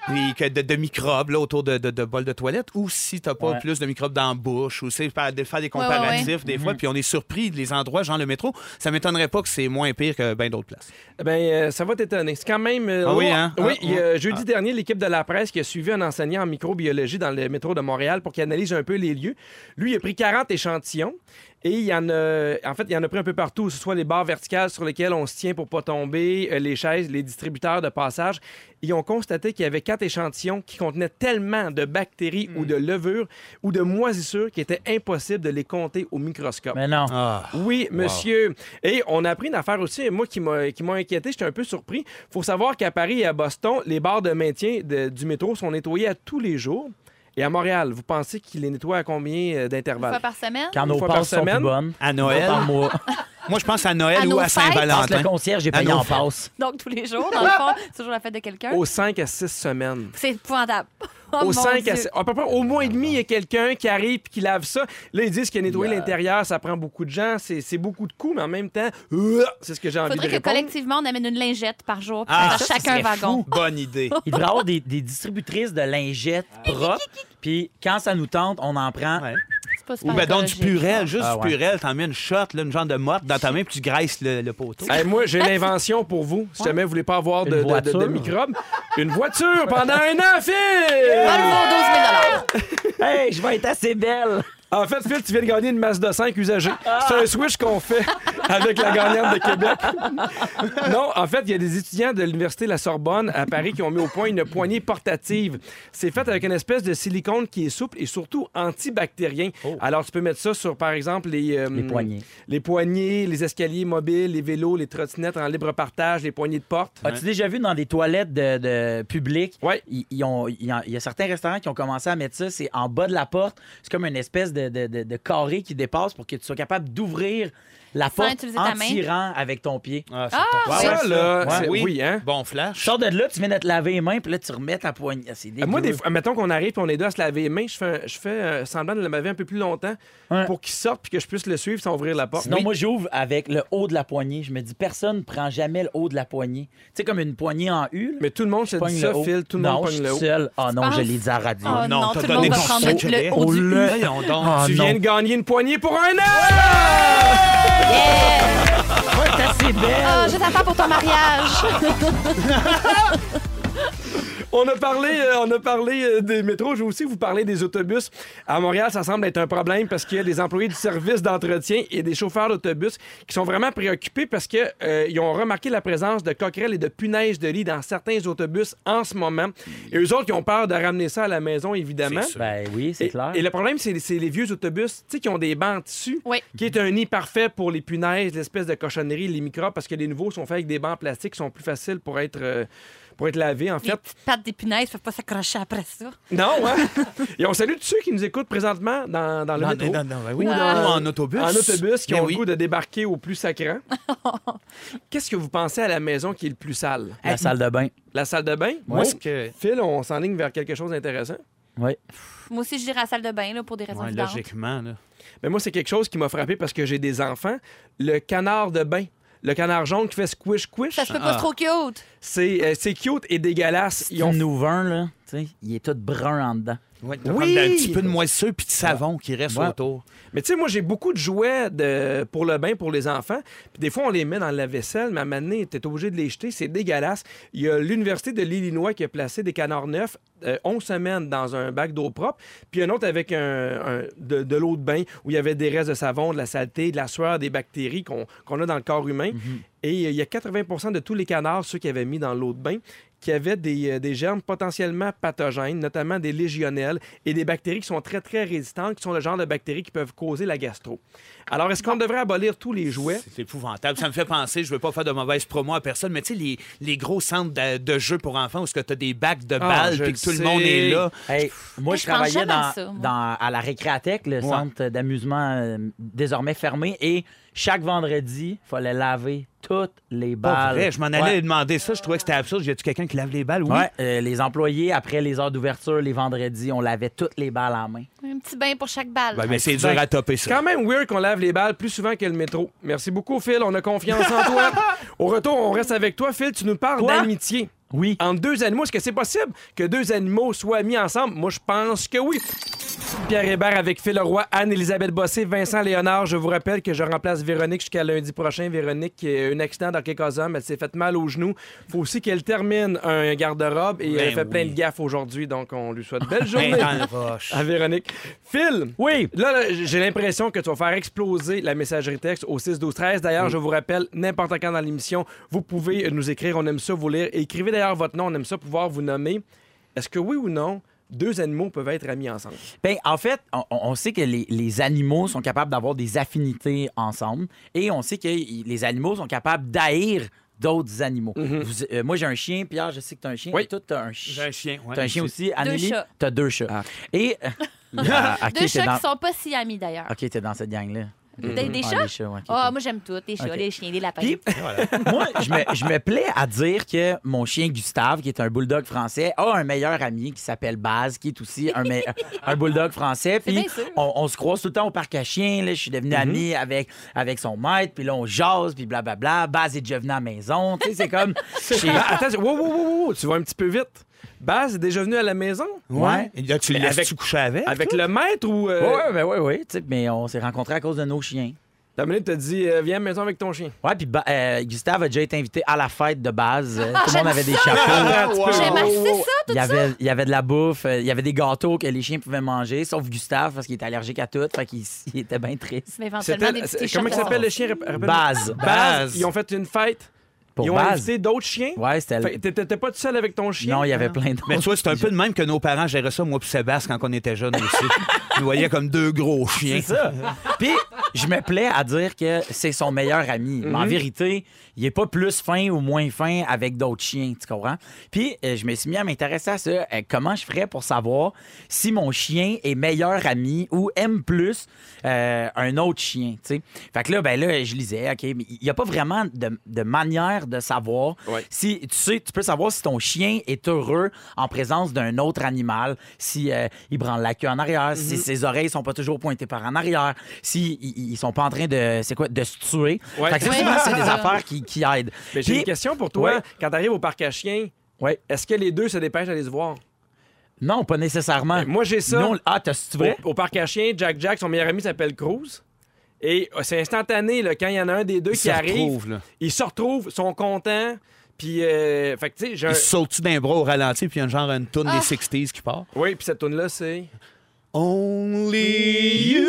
Puis que de, de microbes là, autour de, de, de bols de toilette, ou si t'as pas
Ouais.
plus de microbes dans la bouche, ou c'est faire des faire des
Ouais, ouais,
comparatifs des
Mhm.
fois, puis on est surpris des endroits, genre le métro, ça m'étonnerait pas que c'est moins pire que bien d'autres places.
Ben, euh, ça va t'étonner. C'est quand même. euh,
Ah oui,
lourd.
hein?
Oui,
Ah,
il y a, jeudi dernier, l'équipe de la presse qui a suivi un enseignant en microbiologie dans le métro de Montréal pour qu'il analyse un peu les lieux. Lui, il a pris 40 échantillons et il y en a. En fait, il y en a pris un peu partout, que ce soit les barres verticales sur lesquelles on se tient pour pas tomber, euh, les chaises, les distributeurs de passage. Ils ont constaté qu'il y avait quatre échantillons qui contenaient tellement de bactéries
Mm.
ou de levures ou de moisissures qu'il était impossible de les compter au microscope.
Mais non.
Ah.
Oui, monsieur. Et on a appris une affaire aussi, moi, qui m'a qui m'a inquiété. J'étais un peu surpris. faut savoir qu'à Paris et à Boston, les barres de maintien de- du métro sont nettoyées à tous les jours. Et à Montréal, vous pensez qu'ils les nettoient à combien euh,
Une fois
d'intervalles?
par semaine.
Quand nos
fois par
passes sont plus
semaine.
bonnes.
À
une fois
Noël,
Par mois.
moi je pense à Noël
À
ou
nos
à
fêtes,
Passe
Saint-Valentin.
le concierge, j'ai
À
payé
nos
en
fêtes.
passe.
Donc, tous les jours, *laughs* dans le fond, c'est toujours la fête de quelqu'un.
Aux 5 à 6 semaines.
C'est épouvantable. *laughs* Oh,
Au
mon
5 à
Dieu.
6, à peu près au mois et demi, il y a quelqu'un qui arrive et qui lave ça. Là, ils disent que nettoyer l'intérieur, ça prend beaucoup de gens, c'est c'est beaucoup de coûts, mais en même temps, euh, c'est ce que j'ai envie de
Faudrait que
répondre.
collectivement, on amène une lingette par jour puis
Ah,
dans
ça, ça
chacun
serait
wagon.
fou. Bonne
*laughs*
idée.
Il devrait y avoir des, des distributrices de lingettes
Ah,
propres. Puis quand ça nous tente, on en prend.
Ouais.
C'est pas super
Hein? Ou ben donc du
écologique.
purel, juste
Ah, ouais.
du purel, t'en mets une shot, là, une genre de morte dans
Ah.
ta main, puis tu graisses le, le poteau.
Hey, moi, j'ai l'invention pour vous. Si jamais vous voulez pas avoir de, de-
Une
de- de
voiture.
microbes, une voiture pendant un an, Phil!
Volvo 12 000
Hey, je vais être assez belle.
En fait, Phil, tu viens de gagner une Mazda 5 usagée. C'est un switch qu'on fait avec la gagnante de Québec. Non, en fait, il y a des étudiants de l'Université La Sorbonne à Paris qui ont mis au point une poignée portative. C'est fait avec une espèce de silicone qui est souple et surtout antibactérien. Alors, tu peux mettre ça sur, par exemple, les, euh,
Les poignées.
les poignées, les escaliers mobiles, les vélos, les trottinettes en libre partage, les poignées de porte.
As-tu déjà vu dans des toilettes de, de public?
Ouais.
ils- ils ont- ils en- Il y a certains restaurants qui ont commencé à mettre ça, c'est en bas de la porte. C'est comme une espèce de, de- de- de carré qui dépasse pour que tu sois capable d'ouvrir la porte
utiliser ta
en
main.
tirant avec ton pied.
Ah, c'est
Ah,
pas
ouais.
grave,
Ça, là,
Ouais.
c'est- oui, hein?
Bon
Tu
flash.
sors de là, tu viens de te laver les mains, puis là, tu remets ta poignée. Ah, C'est
Euh, Moi, des
dégueu.
fois, mettons qu'on arrive et on est deux à se laver les mains, je fais, un- je fais euh, semblant de le laver un peu plus longtemps
Ouais.
pour qu'il sorte puis que je puisse le suivre sans ouvrir la porte.
Sinon,
Oui.
moi, j'ouvre avec le haut de la poignée. Je me dis, personne prend jamais le haut de la poignée. Tu sais, comme une poignée en U. là.
Mais tout le monde se
Je pogne
dit ça,
le haut.
Phil. Tout le
non,
monde
je
pogne
suis
le haut.
seul. Ah non,
penses?
je l'ai dit à la radio.
Ah non,
t'as
tout le
donné
monde va
ton
prendre le-
secret.
le haut du-
Voyons donc.
Ah
Tu viens
non.
de gagner une poignée pour un an!
Ah, c'est belle.
Ah, je t'attends pour ton mariage.
On a parlé, euh, on a parlé euh, des métros. Je vais aussi vous parler des autobus. À Montréal, ça semble être un problème parce qu'il y a des employés du service d'entretien et des chauffeurs d'autobus qui sont vraiment préoccupés parce que euh, ils ont remarqué la présence de coquerelles et de punaises de lit dans certains autobus en ce moment. Et eux autres, ils ont peur de ramener ça à la maison, évidemment.
C'est sûr.
Ben oui, c'est
Et,
clair.
et le problème, c'est c'est les vieux autobus, tu sais, qui ont des bancs dessus,
Oui.
qui est un nid parfait pour les punaises, l'espèce de cochonnerie, les microbes, parce que les nouveaux sont faits avec des bancs en plastique, sont plus faciles pour être, euh, pour être lavés, en
Les
fait.
petites pattes des punaises peuvent pas s'accrocher après ça.
Non, hein? Et on salue tous ceux qui nous écoutent présentement dans, dans le
Non,
métro.
non, non, ben oui.
Ou
Ou
dans-
Ah.
en autobus.
En autobus, qui
Ben
ont
oui.
le goût de débarquer au plus sacrant. Qu'est-ce que vous pensez à la maison qui est le plus sale?
La salle de bain.
La salle de bain? Oh.
Moi, ce que...
Phil, on s'enligne vers quelque chose d'intéressant.
Oui.
Moi aussi, je dirais à la salle de bain là, pour des raisons
Ouais,
évidentes.
logiquement, là.
Mais Ben moi, c'est quelque chose qui m'a frappé parce que j'ai des enfants. Le canard de bain. Le canard jaune qui fait squish squish,
Ça se peut
Ah.
pas, c'est trop cute.
c'est euh, c'est cute et dégueulasse. Ils
Ils
ont
ont là. Tu sais, il est tout brun en dedans.
Ouais, t'as
Oui!
comme un petit peu de moisseux puis de savon qui reste
Ouais.
autour.
Mais tu sais, moi, j'ai beaucoup de jouets de... pour le bain, pour les enfants. Puis des fois, on les met dans la vaisselle, mais à un moment donné, t'es obligé de les jeter. C'est dégueulasse. Il y a l'Université de l'Illinois qui a placé des canards neufs euh, 11 semaines dans un bac d'eau propre, puis un autre avec un, un- de, de l'eau de bain où il y avait des restes de savon, de la saleté, de la sueur, des bactéries qu'on qu'on a dans le corps humain. Et euh, il y a 80 de tous les canards, ceux qui avaient mis dans l'eau de bain, qui avaient des, euh, des germes potentiellement pathogènes, notamment des légionelles et des bactéries qui sont très, très résistantes, qui sont le genre de bactéries qui peuvent causer la gastro. Alors, est-ce qu'on devrait abolir tous les jouets?
C'est épouvantable. Ça me fait penser, je veux pas faire de mauvaise promo à personne, mais tu sais, les, les gros centres de, de jeux pour enfants où tu as des bacs de balles
je
puis
le
que tout
sais.
le monde est là.
Hey, moi, je
je pense
travaillais
jamais à
dans,
ça, moi.
dans- à la Récréathèque, le centre d'amusement euh, désormais fermé, et chaque vendredi, il fallait laver toutes les
Pas
balles.
vrai, je m'en allais
Ouais.
demander ça. Je trouvais que c'était absurde. Y a-tu quelqu'un qui lave les balles? Oui.
Ouais, euh, les employés, après les heures d'ouverture, les vendredis, on lavait toutes les balles en main.
Un petit bain pour chaque balle.
Ben, mais c'est dur à topper
C'est
ça.
quand même weird qu'on lave les balles plus souvent que le métro. Merci beaucoup, Phil. On a confiance en toi. Au retour, on reste avec toi, Phil. Tu nous parles
Quoi?
d'amitié.
Oui.
Entre deux animaux, est-ce que c'est possible que deux animaux soient mis ensemble? Moi, je pense que oui. Pierre Hébert avec Phil Roy, Anne-Élisabeth Bossé, Vincent Léonard. Je vous rappelle que je remplace Véronique jusqu'à lundi prochain. Véronique, qui a eu un accident dans quelques hommes, elle s'est faite mal au genou. faut aussi qu'elle termine un garde-robe et euh, elle fait
Ben oui.
plein de gaffes aujourd'hui, donc on lui souhaite belle journée.
*laughs* Ben, dans le roche.
À Véronique. Phil!
Oui.
Là, là, j'ai l'impression que tu vas faire exploser la messagerie texte au 6-12-13. D'ailleurs, je vous rappelle, n'importe quand dans l'émission, vous pouvez euh, nous écrire. On aime ça vous lire. Écrivez d'ailleurs votre nom. On aime ça pouvoir vous nommer. Est-ce que oui ou non, deux animaux peuvent être amis ensemble?
Ben, en fait, on, on sait que les, les animaux sont capables d'avoir des affinités ensemble et on sait que y- les animaux sont capables d'haïr d'autres animaux.
Mhm.
Vous- euh, moi, j'ai un chien. Pierre, je sais que tu as un chien.
Oui.
Et toi, tu as un chien.
J'ai un chien. ouais.
T'as un chien aussi, Anneli?
chats.
T'as deux chats. Et.
*laughs*
Ah, ok,
Deux
t'es
chats
dans...
qui sont pas si amis d'ailleurs.
Ok, t'es dans cette gang-là.
Des, des
Ah,
chats?
les chats, ouais, ok,
Ah,
ok.
moi j'aime tout. Des chats,
Ok.
les chiens, les lapins.
Puis- Moi, je me, je me plais à dire que mon chien Gustave, qui est un bulldog français, a un meilleur ami qui s'appelle Baz, qui est aussi
*laughs*
un, me- un bulldog français. Puis
bien sûr.
on, on se croise tout le temps au parc à chiens. là. Je suis devenu ami avec, avec son maître, puis là, on jase, puis blablabla. Baz est déjà venu à la maison. Tu sais, c'est comme. chez-
Ah, attends, wow, wow, wow, wow, tu vas un petit peu vite. Baz est déjà venu à la maison?
Ouais.
Et Là, tu l'as
Avec-
tu couché avec?
Avec le maître ou... euh,
Ouais, ben oui, oui. tu sais, Mais on s'est rencontrés à cause de nos chiens.
La minute t'a dit, euh, viens à la maison avec ton chien.
Ouais, puis ba- euh, Gustave a déjà été invité à la fête
*laughs*
de base. Euh, Tout le monde avait des chapeaux.
Attends, tu peux-
J'aime assez ça, tout
Il y, avait, il y avait de la bouffe, euh, il y avait des gâteaux que les chiens pouvaient manger, sauf Gustave parce qu'il était allergique à tout, fait qu'il s- il était bien triste.
Mais éventuellement, des
C'était-
petits
c'est- Comment il
chocolats.
s'appelle le chien? Rap- rappelle-moi.
Baz.
Baz.
Baz.
Ils ont fait une fête.
Pour
ils ont
Baz.
invité d'autres chiens.
Ouais, c'était.
Fait que T'étais t'étais pas tout seul avec ton chien. Ah.
Non, il y avait plein d'autres.
Mais tu vois, c'est un peu de même que nos parents géraient ça, moi puis Sébastien, quand on était jeunes aussi. Ils nous voyaient comme deux gros chiens.
C'est ça. *laughs* Puis, je me plais à dire que c'est son meilleur ami. Mais en
Mhm.
vérité, il est pas plus fin ou moins fin avec d'autres chiens, tu comprends? Puis, euh, je me suis mis à m'intéresser à ça. Euh, comment je ferais pour savoir si mon chien est meilleur ami ou aime plus euh, un autre chien, tu sais? Fait que là, ben là, je lisais, OK, mais il n'y a pas vraiment de, de manière de savoir
Ouais.
si, tu sais, tu peux savoir si ton chien est heureux en présence d'un autre animal, si euh, il branle la queue en arrière,
Mhm.
si ses oreilles sont pas toujours pointées par en arrière, si i- i- ils sont pas en train de, c'est quoi, de se tuer.
Ouais.
Fait que ça,
Ouais.
souvent, c'est des affaires qui, qui aident.
Mais j'ai
Puis-
une question pour toi.
Ouais.
Quand t'arrives au parc à chiens,
Ouais.
est-ce que les deux se dépêchent d'aller se voir?
Non, pas nécessairement.
Ben, moi, j'ai ça.
Non, ah, t'as tu vrai?
Au, au parc à chiens, Jack Jack, son meilleur ami s'appelle Cruz. Et euh, c'est instantané, là, quand il y en a un des deux
Ils
qui
se
arrive,
retrouvent, là.
ils se retrouvent, sont contents. Puis, euh, fait que, tu sais, j'ai un-
Ils se sautent-tu d'un bras au ralenti, puis il y a genre une toune des 60s qui part.
Oui, puis cette tune là c'est.
Only you.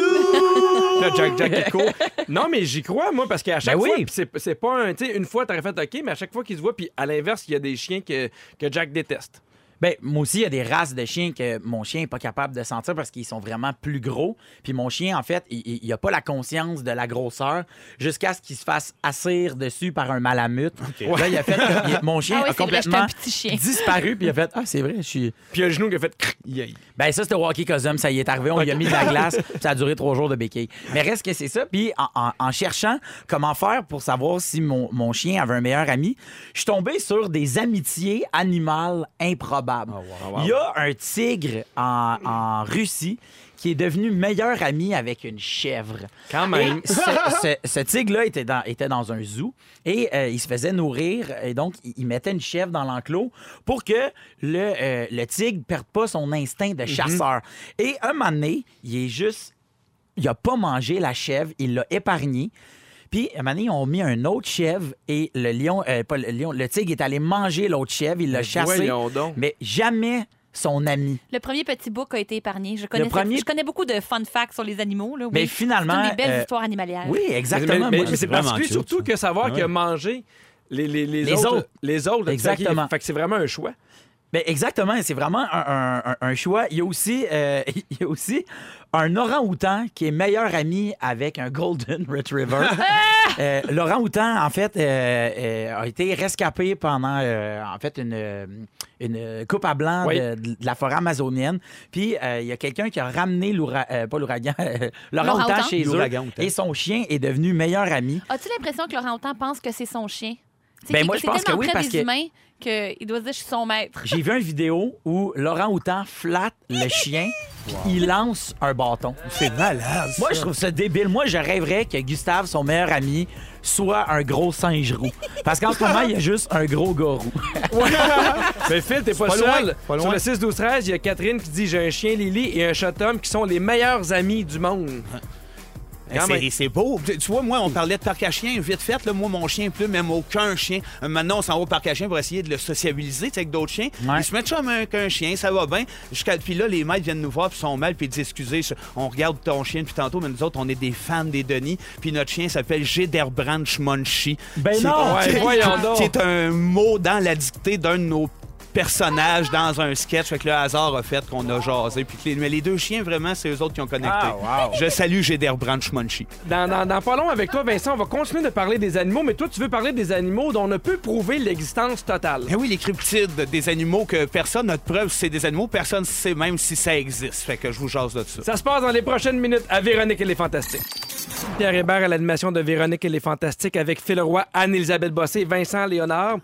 Là, Jack Jack qui court.
*laughs*
Non, mais j'y crois, moi, parce qu'à chaque
Ben oui.
fois, pis c'est, c'est pas un. Tu sais, une fois, t'aurais fait OK, mais à chaque fois qu'ils se voient, puis à l'inverse, il y a des chiens que, que Jack déteste.
Ben, moi aussi, il y a des races de chiens que mon chien n'est pas capable de sentir parce qu'ils sont vraiment plus gros. Puis mon chien, en fait, il- il n'a pas la conscience de la grosseur jusqu'à ce qu'il se fasse assir dessus par un malamute. Là, il a fait, il- mon chien
Ah oui,
a
c'est vrai, j'étais
complètement
un petit chien.
disparu. Puis il a fait, ah, c'est vrai, je suis.
Puis il y a le genou qui a fait. cric. Il- il-
Ben ça, c'était au hockey Cosum, ça y est arrivé, on lui a mis de la glace, puis ça a duré trois jours de béquille. Mais reste que c'est ça, puis en, en- en cherchant comment faire pour savoir si mon, mon chien avait un meilleur ami, je suis tombé sur des amitiés animales improbables.
Oh,
Il y a un tigre en, en Russie qui est devenu meilleur ami avec une chèvre.
Quand même.
Et ce,
*laughs*
ce- ce tigre-là était dans, était dans un zoo et euh, il se faisait nourrir et donc il, il mettait une chèvre dans l'enclos pour que le, euh, le tigre perde pas son instinct
Mhm.
de chasseur. Et un moment donné, il est juste il a pas mangé la chèvre, il l'a épargné. Puis, à un moment donné, ils ont mis un autre chèvre et le lion, euh, pas le lion, le tigre est allé manger l'autre chèvre, il l'a chassé.
voyons donc.
Mais jamais son ami.
Le premier petit bouc a été épargné. Je connais,
premier-
je connais beaucoup de fun facts sur les animaux. Là, oui.
Mais finalement,
C'est une des belles
euh,
histoires animalières.
Oui, exactement.
mais, mais-
moi,
mais c'est
vraiment
particulier,
cute,
surtout
ça.
que savoir
Ouais.
qu'il a mangé. Les, les, les,
Les
autres,
autres.
Les autres.
Exactement.
Fait que- Fait que c'est vraiment un choix.
Ben, exactement, c'est vraiment un, un- un- un choix. Il y a aussi, euh, *laughs* il y a aussi un orang-outan qui est meilleur ami avec un golden retriever. Euh, L'orang-outan, en fait, euh, euh, a été rescapé pendant, euh, en fait, une, euh, une coupe à blanc
Oui.
de, de la forêt amazonienne. Puis euh, il y a quelqu'un qui a ramené l'oura- euh, pas l'ouragan, *laughs* euh, l'orang-outan
L'orang-outan.
chez eux.
L'ouragan-outan.
Et son chien est devenu meilleur ami.
As-tu l'impression que Laurent Houtan pense que c'est son chien? T'sais,
Ben,
il-
moi, je
c'est
pense que
tellement
oui,
près
parce
des
que-
humains qu'il doit se dire « je suis son maître
J'ai vu une vidéo où l'orang-outan flatte le chien, puis il lance un bâton.
C'est malade.
Moi, je trouve ça débile. Moi, je rêverais que Gustave, son meilleur ami, soit un gros singe roux. Parce qu'en ce moment, il y a juste un gros
*laughs*
gars roux.
Mais Phil, t'es pas,
pas loin,
seul.
pas loin.
Sur le 6, 12, 13, il y a Catherine qui dit J'ai un chien Lily et un chat Tom qui sont les meilleurs amis du monde.
Eh,
Quand
C'est
même.
c'est beau. Tu tu vois, moi, on parlait de parc à chiens vite fait. Là, moi, mon chien plus même aucun chien. Euh, Maintenant, on s'en va au parc à chiens pour essayer de le sociabiliser tu sais, avec d'autres chiens.
Ouais.
Ils se mettent chum avec un chien, ça va bien. Jusqu'à puis là, les maîtres viennent nous voir, puis sont mal, puis ils disent excusez, je- on regarde ton chien depuis tantôt, mais nous autres, on est des fans des Denis. Puis notre chien s'appelle Gederbrand Munchie.
Ben
Qui-
non!
Ouais,
qui-
voyons donc.
Qui est un mot dans la dictée d'un de nos personnages dans un sketch. Fait que le hasard a fait qu'on a jasé. Puis que les, mais les deux chiens, vraiment, c'est eux autres qui ont connecté.
Ah, wow.
Je salue Gederbrand Munchie.
Dans, dans, dans pas long avec toi, Vincent, on va continuer de parler des animaux, mais toi, tu veux parler des animaux dont on ne peut prouver l'existence totale.
Ben oui, les cryptides, des animaux que personne n'a de preuve si c'est des animaux, personne ne sait même si ça existe. Fait que je vous jase de ça.
Ça se passe dans les prochaines minutes à Véronique et les Fantastiques. Pierre Hébert à l'animation de Véronique et les Fantastiques avec Phil Roy, Anne-Elisabeth Bossé, Vincent Léonard.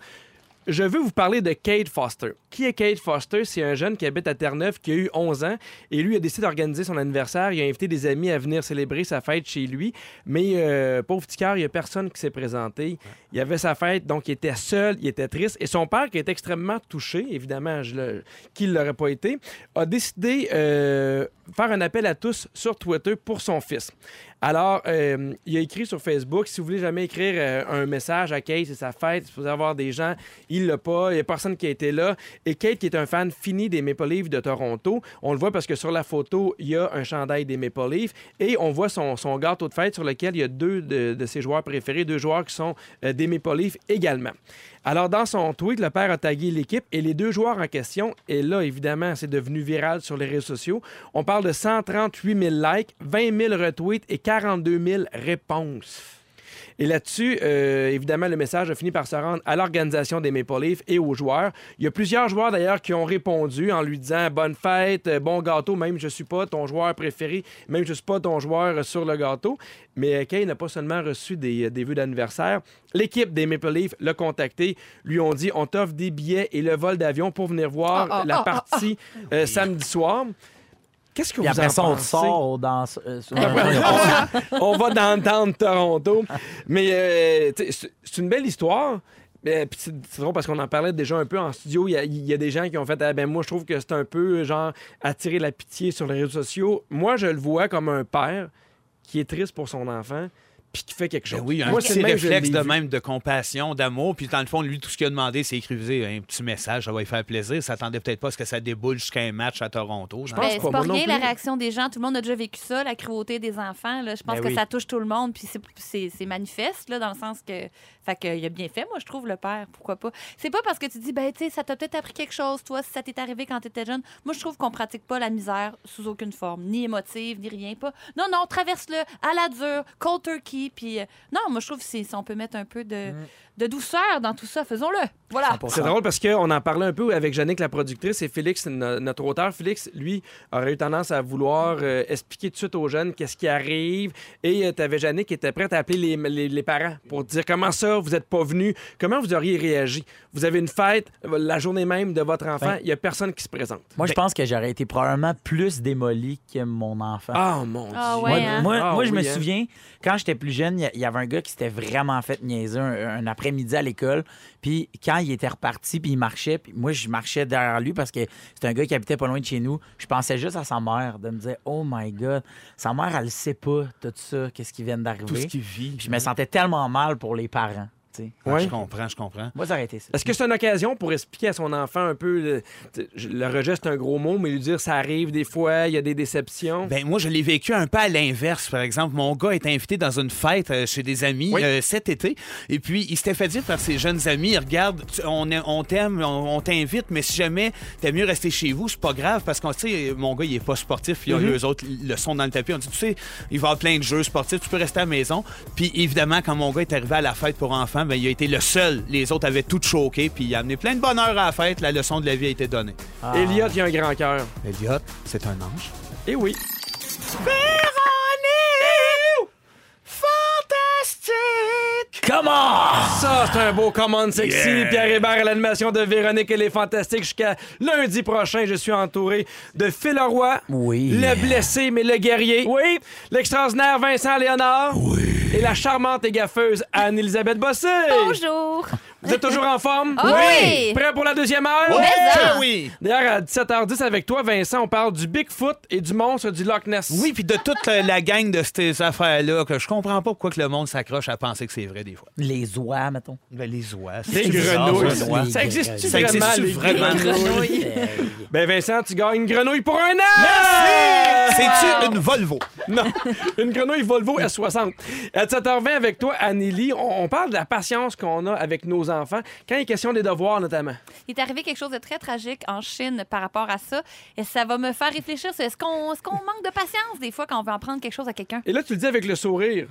Je veux vous parler de Kate Foster. Qui est Kate Foster? C'est un jeune qui habite à Terre-Neuve qui a eu 11 ans et lui a décidé d'organiser son anniversaire. Il a invité des amis à venir célébrer sa fête chez lui. Mais euh, pauvre petit cœur, il n'y a personne qui s'est présenté. Il avait sa fête, donc il était seul, il était triste. Et son père, qui est extrêmement touché, évidemment, je le- qu'il ne l'aurait pas été, a décidé euh, faire un appel à tous sur Twitter pour son fils. Alors, euh, il a écrit sur Facebook, si vous voulez jamais écrire euh, un message à Kate, c'est sa fête, il faut avoir des gens, il l'a pas, il n'y a personne qui a été là. Et Kate, qui est un fan fini des Maple Leafs de Toronto, on le voit parce que sur la photo, il y a un chandail des Maple Leafs et on voit son, son gâteau de fête sur lequel il y a deux de, de ses joueurs préférés, deux joueurs qui sont euh, des Maple Leafs également. Alors, dans son tweet, le père a tagué l'équipe et les deux joueurs en question. Et là, évidemment, c'est devenu viral sur les réseaux sociaux. On parle de 138 000 likes, 20 000 retweets et 42 000 réponses. Et là-dessus, euh, évidemment, le message a fini par se rendre à l'organisation des Maple Leafs et aux joueurs. Il y a plusieurs joueurs d'ailleurs qui ont répondu en lui disant bonne fête, euh, bon gâteau, même je suis pas ton joueur préféré, même je suis pas ton joueur euh, sur le gâteau. Mais euh, Kane n'a pas seulement reçu des, euh, des vœux d'anniversaire. L'équipe des Maple Leafs l'a contacté, lui ont dit on t'offre des billets et le vol d'avion pour venir voir
Ah, ah,
la
ah, ah,
partie euh, samedi soir. Qu'est-ce que vous
Puis
en
après ça, on
pensez?
sort dans. euh, sur-
*laughs* on va dans downtown Toronto. Mais euh, tu sais, c'est c'est une belle histoire. Euh, puis c'est c'est drôle parce qu'on en parlait déjà un peu en studio. Il y a- il y, a des gens qui ont fait ah, ben moi je trouve que c'est un peu genre attirer la pitié sur les réseaux sociaux. Moi je le vois comme un père qui est triste pour son enfant puis qui fait quelque chose.
Ben oui, un
moi
petit
le même, je
réflexe
l'ai
de
vu.
même de compassion, d'amour. Puis dans le fond, lui, tout ce qu'il a demandé, c'est écrivez un petit message, ça va lui faire plaisir. Il s'attendait peut-être pas à ce que ça déboule jusqu'à un match à Toronto. Je
pense
Ben,
pas,
c'est pas
moi non
rien la
plus.
réaction des gens. Tout le monde a déjà vécu ça, la cruauté des enfants. là. Je pense
Ben
que
oui.
ça touche tout le monde, puis c'est- c'est c'est manifeste, là, dans le sens que. Fait que, il a bien fait, moi, je trouve, le père. Pourquoi pas? C'est pas parce que tu dis, ben, tu sais, ça t'a peut-être appris quelque chose, toi, si ça t'est arrivé quand t'étais jeune. Moi, je trouve qu'on pratique pas la misère sous aucune forme, ni émotive, ni rien. pas. Non, non, traverse-le à la dure, cold turkey, puis. euh, Non, moi, je trouve que c'est- si on peut mettre un peu de,
Mm.
de douceur dans tout ça, faisons-le. Voilà.
C'est drôle parce qu'on en parlait un peu avec Jannick, la productrice, et Félix, no- notre auteur. Félix, lui, aurait eu tendance à vouloir euh, expliquer tout de suite aux jeunes qu'est-ce qui arrive. Et tu avais Jannick qui était prête à appeler les, les- les parents pour dire comment ça, vous n'êtes pas venu, comment vous auriez réagi. Vous avez une fête euh, la journée même de votre enfant,
Ben-
il n'y a personne qui se présente.
Moi, je pense que j'aurais été probablement plus démoli que mon enfant.
Ah mon Dieu.
Ah ouais,
Moi,
hein?
moi,
Ah
moi, je
oui,
me
hein.
souviens, quand j'étais plus jeune, il y a- il y, avait un gars qui s'était vraiment fait niaiser un, un après-midi à l'école. Puis quand il était reparti, puis il marchait, puis moi, je marchais derrière lui parce que c'était un gars qui habitait pas loin de chez nous. Je pensais juste à sa mère, de me dire, oh my God, sa mère, elle sait pas tout ça, qu'est-ce qui vient d'arriver.
Tout ce qu'il vit.
Puis je me sentais tellement mal pour les parents. tu sais.
Ah,
Ouais.
Je comprends, je comprends.
Moi, ça aurait été ça.
Est-ce que c'est une occasion pour expliquer à son enfant un peu le, t'sais, je- le rejet, c'est un gros mot, mais lui dire ça arrive des fois, il y a des déceptions.
Ben, moi, je l'ai vécu un peu à l'inverse, par exemple. Mon gars est invité dans une fête euh, chez des amis
Oui.
euh, cet été. Et puis, il s'était fait dire par ses jeunes amis Regarde, tu- on, est- on t'aime, on, on t'invite, mais si jamais t'aimes mieux rester chez vous, c'est pas grave parce qu'on sait, mon gars, il est pas sportif. Puis,
Mhm.
eux autres le sont dans le tapis. On dit Tu sais, il va y avoir plein de jeux sportifs, tu peux rester à la maison. Puis, évidemment, quand mon gars est arrivé à la fête pour enfants, ben, il a été le seul. Les autres avaient tout choqué. Puis, il a amené plein de bonheur à la fête. La leçon de la vie a été donnée.
Elliot, il a un grand cœur.
Elliot, c'est un ange.
Eh oui.
Véronique! Fantastique!
Comment?
Ça, c'est un beau commande sexy.
Yeah.
Pierre Hébert à l'animation de Véronique et les Fantastiques jusqu'à lundi prochain. Je suis entouré de Phil Roy.
Oui.
Le blessé, mais le guerrier. Oui. L'extraordinaire Vincent Léonard. Oui. Et la charmante et gaffeuse Anne-Elisabeth Bossé. *laughs*
Bonjour!
Vous êtes toujours en forme?
Ah oui.
Prêt pour la deuxième heure?
Mais ça.
Eh oui!
D'ailleurs, à 17h10 avec toi, Vincent, on parle du Bigfoot et du monstre du Loch Ness.
Oui, puis de toute euh, la gang de ces affaires-là, que je comprends pas pourquoi que le monde s'accroche à penser que c'est vrai des fois.
Les oies, mettons.
Ben, les oies,
Les
bizarre,
grenouilles.
ça, les oies.
Ça existe-tu
Ça existe-tu
vraiment? les
vraiment?
grenouilles? Ben Vincent, tu gagnes une grenouille pour un an!
C'est-tu une Volvo?
Non, une grenouille Volvo S60. Euh, À 7h20 avec toi, Anneli, on, on parle de la patience qu'on a avec nos enfants quand il est question des devoirs notamment.
Il est arrivé quelque chose de très tragique en Chine par rapport à ça. Et ça va me faire réfléchir sur est-ce qu'on est-ce qu'on manque de patience des fois quand on veut en prendre quelque chose à quelqu'un?
Et là, tu le dis avec le sourire.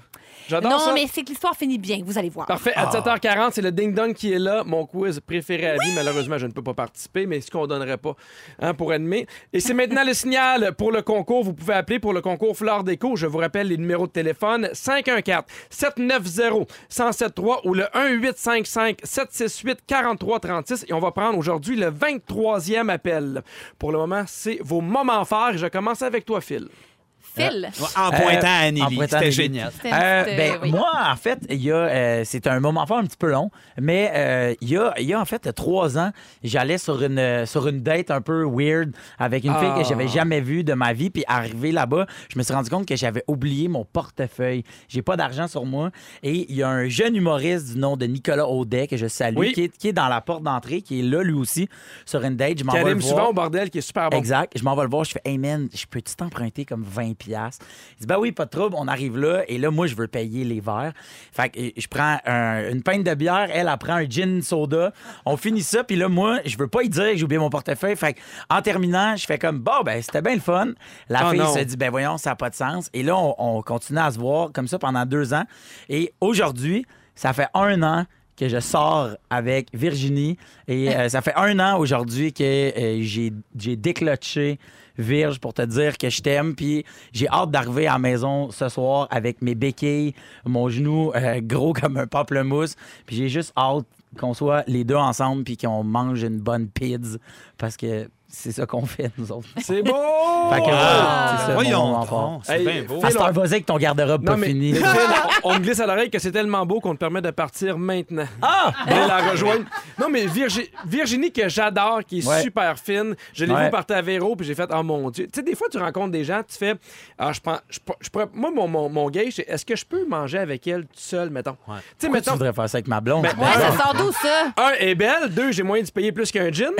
J'adore
Non,
ça.
mais c'est que l'histoire finit bien, vous allez voir.
Parfait.
Ah.
À 7h40, c'est le ding-dong qui est là. Mon quiz préféré à vie. Malheureusement, je ne peux pas participer, mais ce qu'on donnerait pas hein, pour animer. Et c'est maintenant le signal pour le concours. Vous pouvez appeler pour le concours Fleur Déco. Je vous rappelle les numéros de téléphone 514-790-1073 ou le 1855 768 43 36 et on va prendre aujourd'hui le 23e appel. Pour le moment, c'est vos moments forts. Je commence avec toi, Phil.
Phil.
En pointant à
Euh, en
Anneli.
pointant
C'était
à Anneli.
génial.
C'était-
Euh,
c'était-
ben,
oui.
Moi, en fait, il y a, euh, c'est un moment fort un petit peu long, mais euh, il y, a, il y a en fait trois ans, j'allais sur une, sur une date un peu weird avec une
Ah.
fille que j'avais jamais vue de ma vie, puis arrivé là-bas, je me suis rendu compte que j'avais oublié mon portefeuille. J'ai pas d'argent sur moi, et il y a un jeune humoriste du nom de Nicolas Audet que je salue,
Oui.
qui, est, qui est dans la porte d'entrée, qui est là lui aussi sur une date. Je m'en
Qui
vais le
anime
voir.
souvent au bordel, qui est super bon.
Exact. Je m'en vais le voir. Je fais, hey man, je peux-tu t'emprunter comme 20$? piastres? Il dit, ben oui, pas de trouble. On arrive là. Et là, moi, je veux payer les verres. Fait que euh, je prends un- une pinte de bière. Elle, elle prend un gin soda. On finit ça. Puis là, moi, je veux pas y dire que j'ai oublié mon portefeuille. Fait que, en terminant, je fais comme, bon, ben, c'était bien le fun. La
Oh
fille
non.
se dit, ben voyons, ça n'a pas de sens. Et là, on, on continue à se voir comme ça pendant deux ans. Et aujourd'hui, ça fait un an que je sors avec Virginie. Et euh, ça fait un an aujourd'hui que euh, j'ai j'ai déclenché Virge pour te dire que je t'aime. Puis j'ai hâte d'arriver à la maison ce soir avec mes béquilles, mon genou euh, gros *laughs* comme un pamplemousse. Puis j'ai juste hâte qu'on soit les deux ensemble puis qu'on mange une bonne pizza parce que c'est ça qu'on fait, nous autres.
C'est beau!
Fait que,
Ah,
ouais, c'est ça, mon
Voyons
moment
donc,
fort.
c'est
Hey,
bien beau.
Phil,
À cette heure, vas-y avec ton garde-robe pas
mais, *laughs*
fini. *laughs*
mais Phil, on, on me glisse à l'oreille que c'est tellement beau qu'on te permet de partir maintenant.
Ah!
Allez la rejoindre. Non, mais Virgi- Virginie, que j'adore, qui est
Ouais.
super fine. Je l'ai
Ouais.
vu partir à Véro, puis j'ai fait, oh mon Dieu. Tu sais, des fois, tu rencontres des gens, tu fais, ah, je pense, je, pour- je pourrais- moi, mon, mon, mon gage, c'est est-ce que je peux manger avec elle tout seul, mettons? Tu
Ouais.
sais,
Pourquoi tu
mettons,
voudrais faire ça avec ma blonde?
Ben,
Ouais, ça sort d'où, ça?
un est belle, deux, j'ai moyen de se payer plus qu'un gin.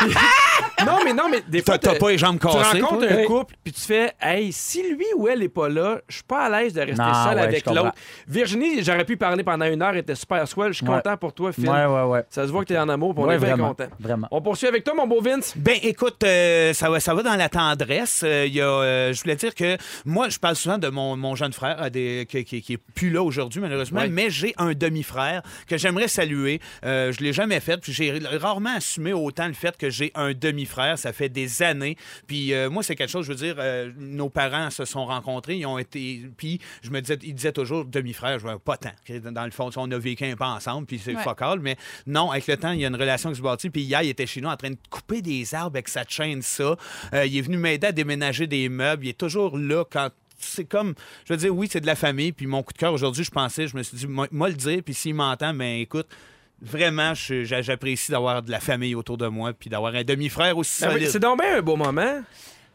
*laughs* non, mais non, mais des fois.
T'as t'as
t'as-
pas les jambes
tu
cassées.
rencontres
toi?
un
Hey.
couple, puis tu fais, hey, si lui ou elle est pas là, je suis pas à l'aise de rester
Non,
seul
ouais,
avec
je comprends.
l'autre. Virginie, j'aurais pu parler pendant une heure, elle était super swell. Je suis
Ouais.
content pour toi, Phil.
Ouais, ouais, ouais.
Ça se voit que t'es en amour, puis on
Ouais,
est bien
vraiment,
content.
vraiment.
On poursuit avec toi, mon beau Vince.
Ben écoute, euh, ça, va, ça va dans la tendresse. Euh, il y a, euh, je voulais dire que moi, je parle souvent de mon, mon jeune frère euh, des- qui, qui, qui est plus là aujourd'hui malheureusement,
Ouais.
mais j'ai un demi-frère que j'aimerais saluer. Euh, je l'ai jamais fait, puis j'ai rarement assumé autant le fait que j'ai un demi-frère. Ça fait des années. Puis euh, moi, c'est quelque chose. Je veux dire, euh, nos parents se sont rencontrés, ils ont été, puis je me disais, ils disaient toujours demi-frère, je veux pas tant. Dans le fond, on a vécu un peu ensemble, puis c'est
Ouais.
fuck all, mais non, avec le temps, il y a une relation qui se bâtit. Puis hier, il était chez nous en train de couper des arbres avec sa chaîne, ça. Euh, il est venu m'aider à déménager des meubles. Il est toujours là quand. C'est comme, je veux dire, oui, c'est de la famille. Puis mon coup de cœur aujourd'hui, je pensais, je me suis dit, moi moi le dire. Puis s'il m'entend, ben écoute, vraiment, je- j'a- j'apprécie d'avoir de la famille autour de moi. Puis d'avoir un demi-frère aussi
Ah oui,
solide.
C'est donc bien un beau moment. hein?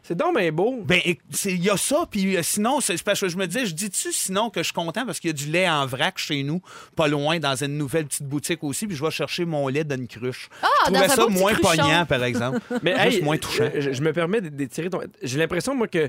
C'est donc bien beau.
Ben, éc- c'est- il y a ça, puis euh, sinon, c'est c'est parce que je me dis, je dis-tu sinon que je suis content parce qu'il y a du lait en vrac chez nous, pas loin, dans une nouvelle petite boutique aussi, puis je vais chercher mon lait d'une cruche.
Ah,
je
dans
trouvais
un
ça
beau petit
moins
cruchon.
pognant, par exemple.
*laughs* Mais
Juste
hey,
moins touchant.
Je, je me permets de- d'étirer ton. J'ai l'impression, moi, que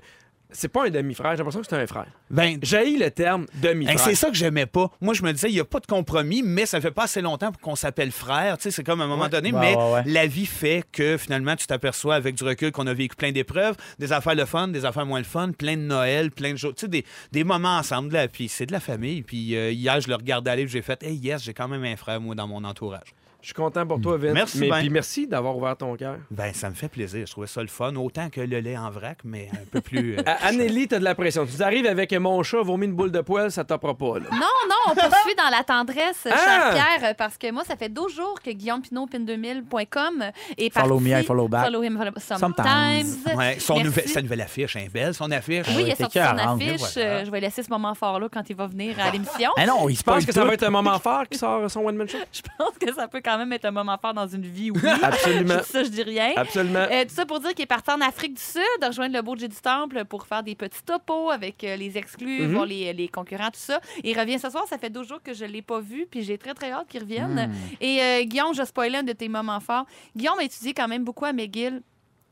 c'est pas un demi-frère, j'ai l'impression que c'est un frère.
Ben,
J'ai le terme demi-frère.
Hey, c'est ça que j'aimais pas. Moi, je me disais, il n'y a pas de compromis, mais ça fait pas assez longtemps pour qu'on s'appelle frère. Tu sais, c'est comme à un moment donné,
Ouais,
mais
ouais, ouais.
la vie fait que finalement, tu t'aperçois avec du recul qu'on a vécu plein d'épreuves, des affaires le fun, des affaires moins le fun, plein de Noël, plein de choses. Tu sais, des, des moments ensemble, là, puis c'est de la famille. Puis euh, hier, je le regardais aller, puis j'ai fait, hey, yes, j'ai quand même un frère, moi, dans mon entourage.
Je suis content pour toi, Vince.
Merci
Mais
ben.
bien.
puis merci d'avoir ouvert ton cœur.
Ben, ça me fait plaisir. Je trouvais ça le fun, autant que le lait en vrac, mais un peu plus.
*laughs*
euh,
Ah.
À- Anneli, t'as de la pression. Tu arrives avec mon chat, vomi une boule de poêle, ça tapera pas. Là.
Non, non, on poursuit dans la tendresse, cher
Ah!
Pierre, euh, parce que moi, ça fait 12 jours que Guillaume Pinot, pin2000.com est
Follow
parti.
me and follow back.
Follow him, follow sometimes.
Sometimes.
ouais, son
Merci.
nouvel- sa nouvelle affiche, hein, belle, son affiche.
Oui,
Ah
il
oui,
est
t'es
sorti son
cœur, hein,
affiche.
mais voilà. Hein?
Euh, Je vais laisser ce moment fort-là quand il va venir à l'émission.
Ah non, il se
Tu penses
passe
que ça va être un moment fort qui sort son one-man show?
*laughs* Je pense que ça peut quand même être un moment fort dans une vie, oui.
Absolument.
Je dis ça, je dis rien.
*laughs* Absolument.
Euh, tout ça pour dire qu'il est parti en Afrique du Sud, rejoindre le Beaujolais du Temple pour faire des petits topos avec euh, les exclus,
Mhm.
voir les, les concurrents, tout ça. Il revient ce soir. Ça fait deux jours que je ne l'ai pas vu, puis j'ai très, très hâte qu'il revienne.
Hmm.
Et euh, Guillaume, je spoilais un de tes moments forts. Guillaume a étudié quand même beaucoup à McGill.